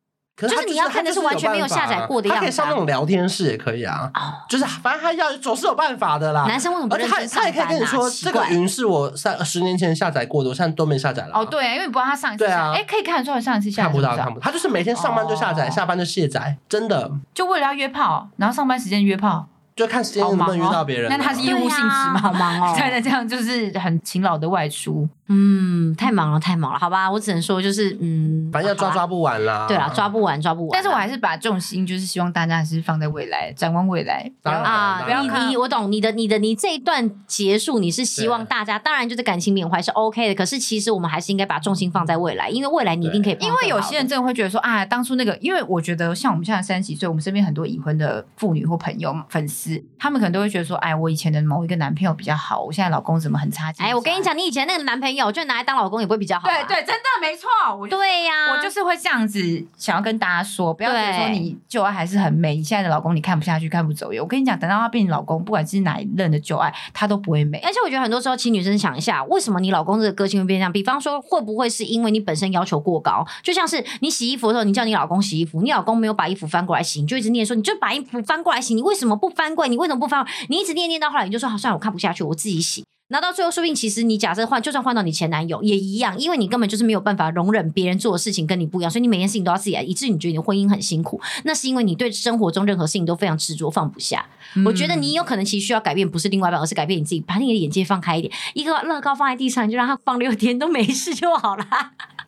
S3: 可是他
S1: 就是你要看的是
S3: 他就
S1: 完全没有下载过的样子啊哦
S3: 他可以上那种聊天室也可以啊，就是反正他要总是有办法的啦。
S1: 男生为什哦么不
S3: 而且
S1: 认
S3: 他
S1: 真上
S3: 他也可以
S1: 班
S3: 跟你
S1: 啊？
S3: 说，
S1: 奇
S3: 这个
S1: 怪。
S3: 云是我三十年前下载过的，我现在都没下载了啊。
S2: 哦，对啊，因为你不知道他上一次
S3: 对啊
S2: 下哎，可以看得出来上一次下
S3: 看不到，
S1: 啊
S2: 是是啊
S3: 看不到。他就是每天上班就下载，
S2: 哦
S3: 下班就卸载，真的
S2: 就为了要约炮，然后上班时间约炮，
S3: 就看时间
S2: 好
S3: 能不
S2: 忙
S3: 能
S2: 哦
S3: 遇到别人啊。
S2: 那他是业
S1: 对
S2: 务
S1: 呀
S2: 性质吗？
S1: 好忙哦
S2: 对的，这样就是很勤劳的外出。
S1: 嗯，太忙了，太忙了，好吧，我只能说就是嗯，
S3: 反正要抓
S1: 好吧。
S3: 抓不完啦。
S1: 对啦，抓不完，抓不完啊。
S2: 但是我还是把重心就是希望大家还是放在未来，展望未来。
S3: 当然
S1: 啊，
S3: 当然
S1: 你你我懂你的，你的你这一段结束，你是希望
S3: 对
S1: 大家，当然就是感情缅怀是 OK 的，可是其实我们还是应该把重心放在未来，因为未来你一定可以碰到
S2: 因
S1: 更
S2: 为
S1: 好的，
S2: 有些人真的会觉得说啊，当初那个，因为我觉得像我们现在三十几岁，我们身边很多已婚的妇女或朋友粉丝，他们可能都会觉得说，哎，我以前的某一个男朋友比较好，我现在老公怎么很差劲？
S1: 哎，我跟你，讲，你以前那个男朋要，我觉得拿来当老公也不会比较好吧、
S2: 对对，真的没错，我就
S1: 对呀、
S2: 我就是会这样子想要跟大家说，不要觉得说
S1: 对
S2: 你旧爱还是很美，你现在的老公你看不下去，看不走眼。我跟你讲，等到他变你老公，不管是哪一任的旧爱，他都不会美。
S1: 而且我觉得很多时候，其实女生想一下，为什么你老公这个个性会变这样？比方说，会不会是因为你本身要求过高？就像是你洗衣服的时候，你叫你老公洗衣服，你老公没有把衣服翻过来洗，你就一直念说，你就把衣服翻过来洗，你为什么不翻过来？你为什么不翻过来？你一直念念到后来，你就说，好，算了，我看不下去，我自己洗。那到最后，说不定其实你假设换，就算换到你前男友也一样，因为你根本就是没有办法容忍别人做的事情跟你不一样，所以你每件事情都要自己来，以至于你觉得你的婚姻很辛苦。那是因为你对生活中任何事情都非常执着，放不下。我觉得
S2: 嗯
S1: 你有可能其实需要改变，不是另外一半，而是改变你自己，把你的眼界放开一点。一个乐高放在地上，你就让它放六天都没事就好了。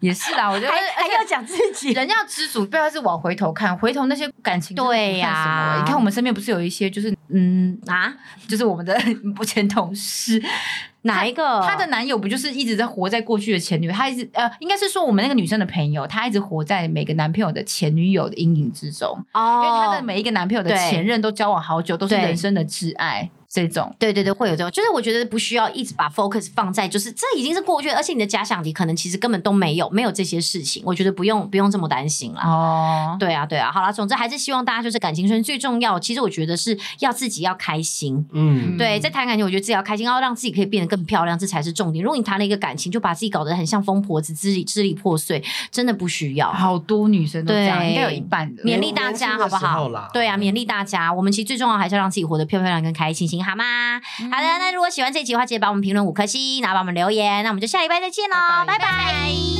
S2: 也是啦，我觉得
S1: 还还要讲自己，
S2: 人要知足，不要是往回头看，回头那些感情真的不算
S1: 对呀
S2: 什么欸你看我们身边不是有一些就是嗯，
S1: 啊？
S2: 就是我们的 前同事，
S1: 嗯哪一个？
S2: 她的男友不就是一直在活在过去的前女友？她一直呃，应该是说我们那个女生的朋友，她一直活在每个男朋友的前女友的阴影之中，
S1: 哦，
S2: 因为她的每一个男朋友的
S1: 对
S2: 前任都交往好久，都是
S1: 对
S2: 人生的挚爱这种。
S1: 对对对，会有这种，就是我觉得不需要一直把 focus 放在，就是这已经是过去了，而且你的假想敌可能其实根本都没有没有这些事情，我觉得不用不用这么担心啦。
S2: 哦，
S1: 对啊，对啊，好啦，总之还是希望大家就是感情生最重要，其实我觉得是要自己要开心，
S3: 嗯，
S1: 对，在谈感情，我觉得自己要开心，要哦让自己可以变得更漂亮，这才是重点。如果你谈了一个感情，就把自己搞得很像疯婆子，支离支离破碎，真的不需要。
S2: 好多女生都这样，
S1: 对
S2: 应该有一半的。
S1: 勉励大家好不
S3: 年轻的时
S1: 好
S3: 候啦？
S1: 对啊，勉励大家。我们其实最重要还是要让自己活得漂漂亮跟开开心心，好吗？好的，那如果喜欢这集的话，记得把我们评论五颗星，然后把我们留言。那我们就下礼拜再见喽，
S2: 拜
S1: 拜拜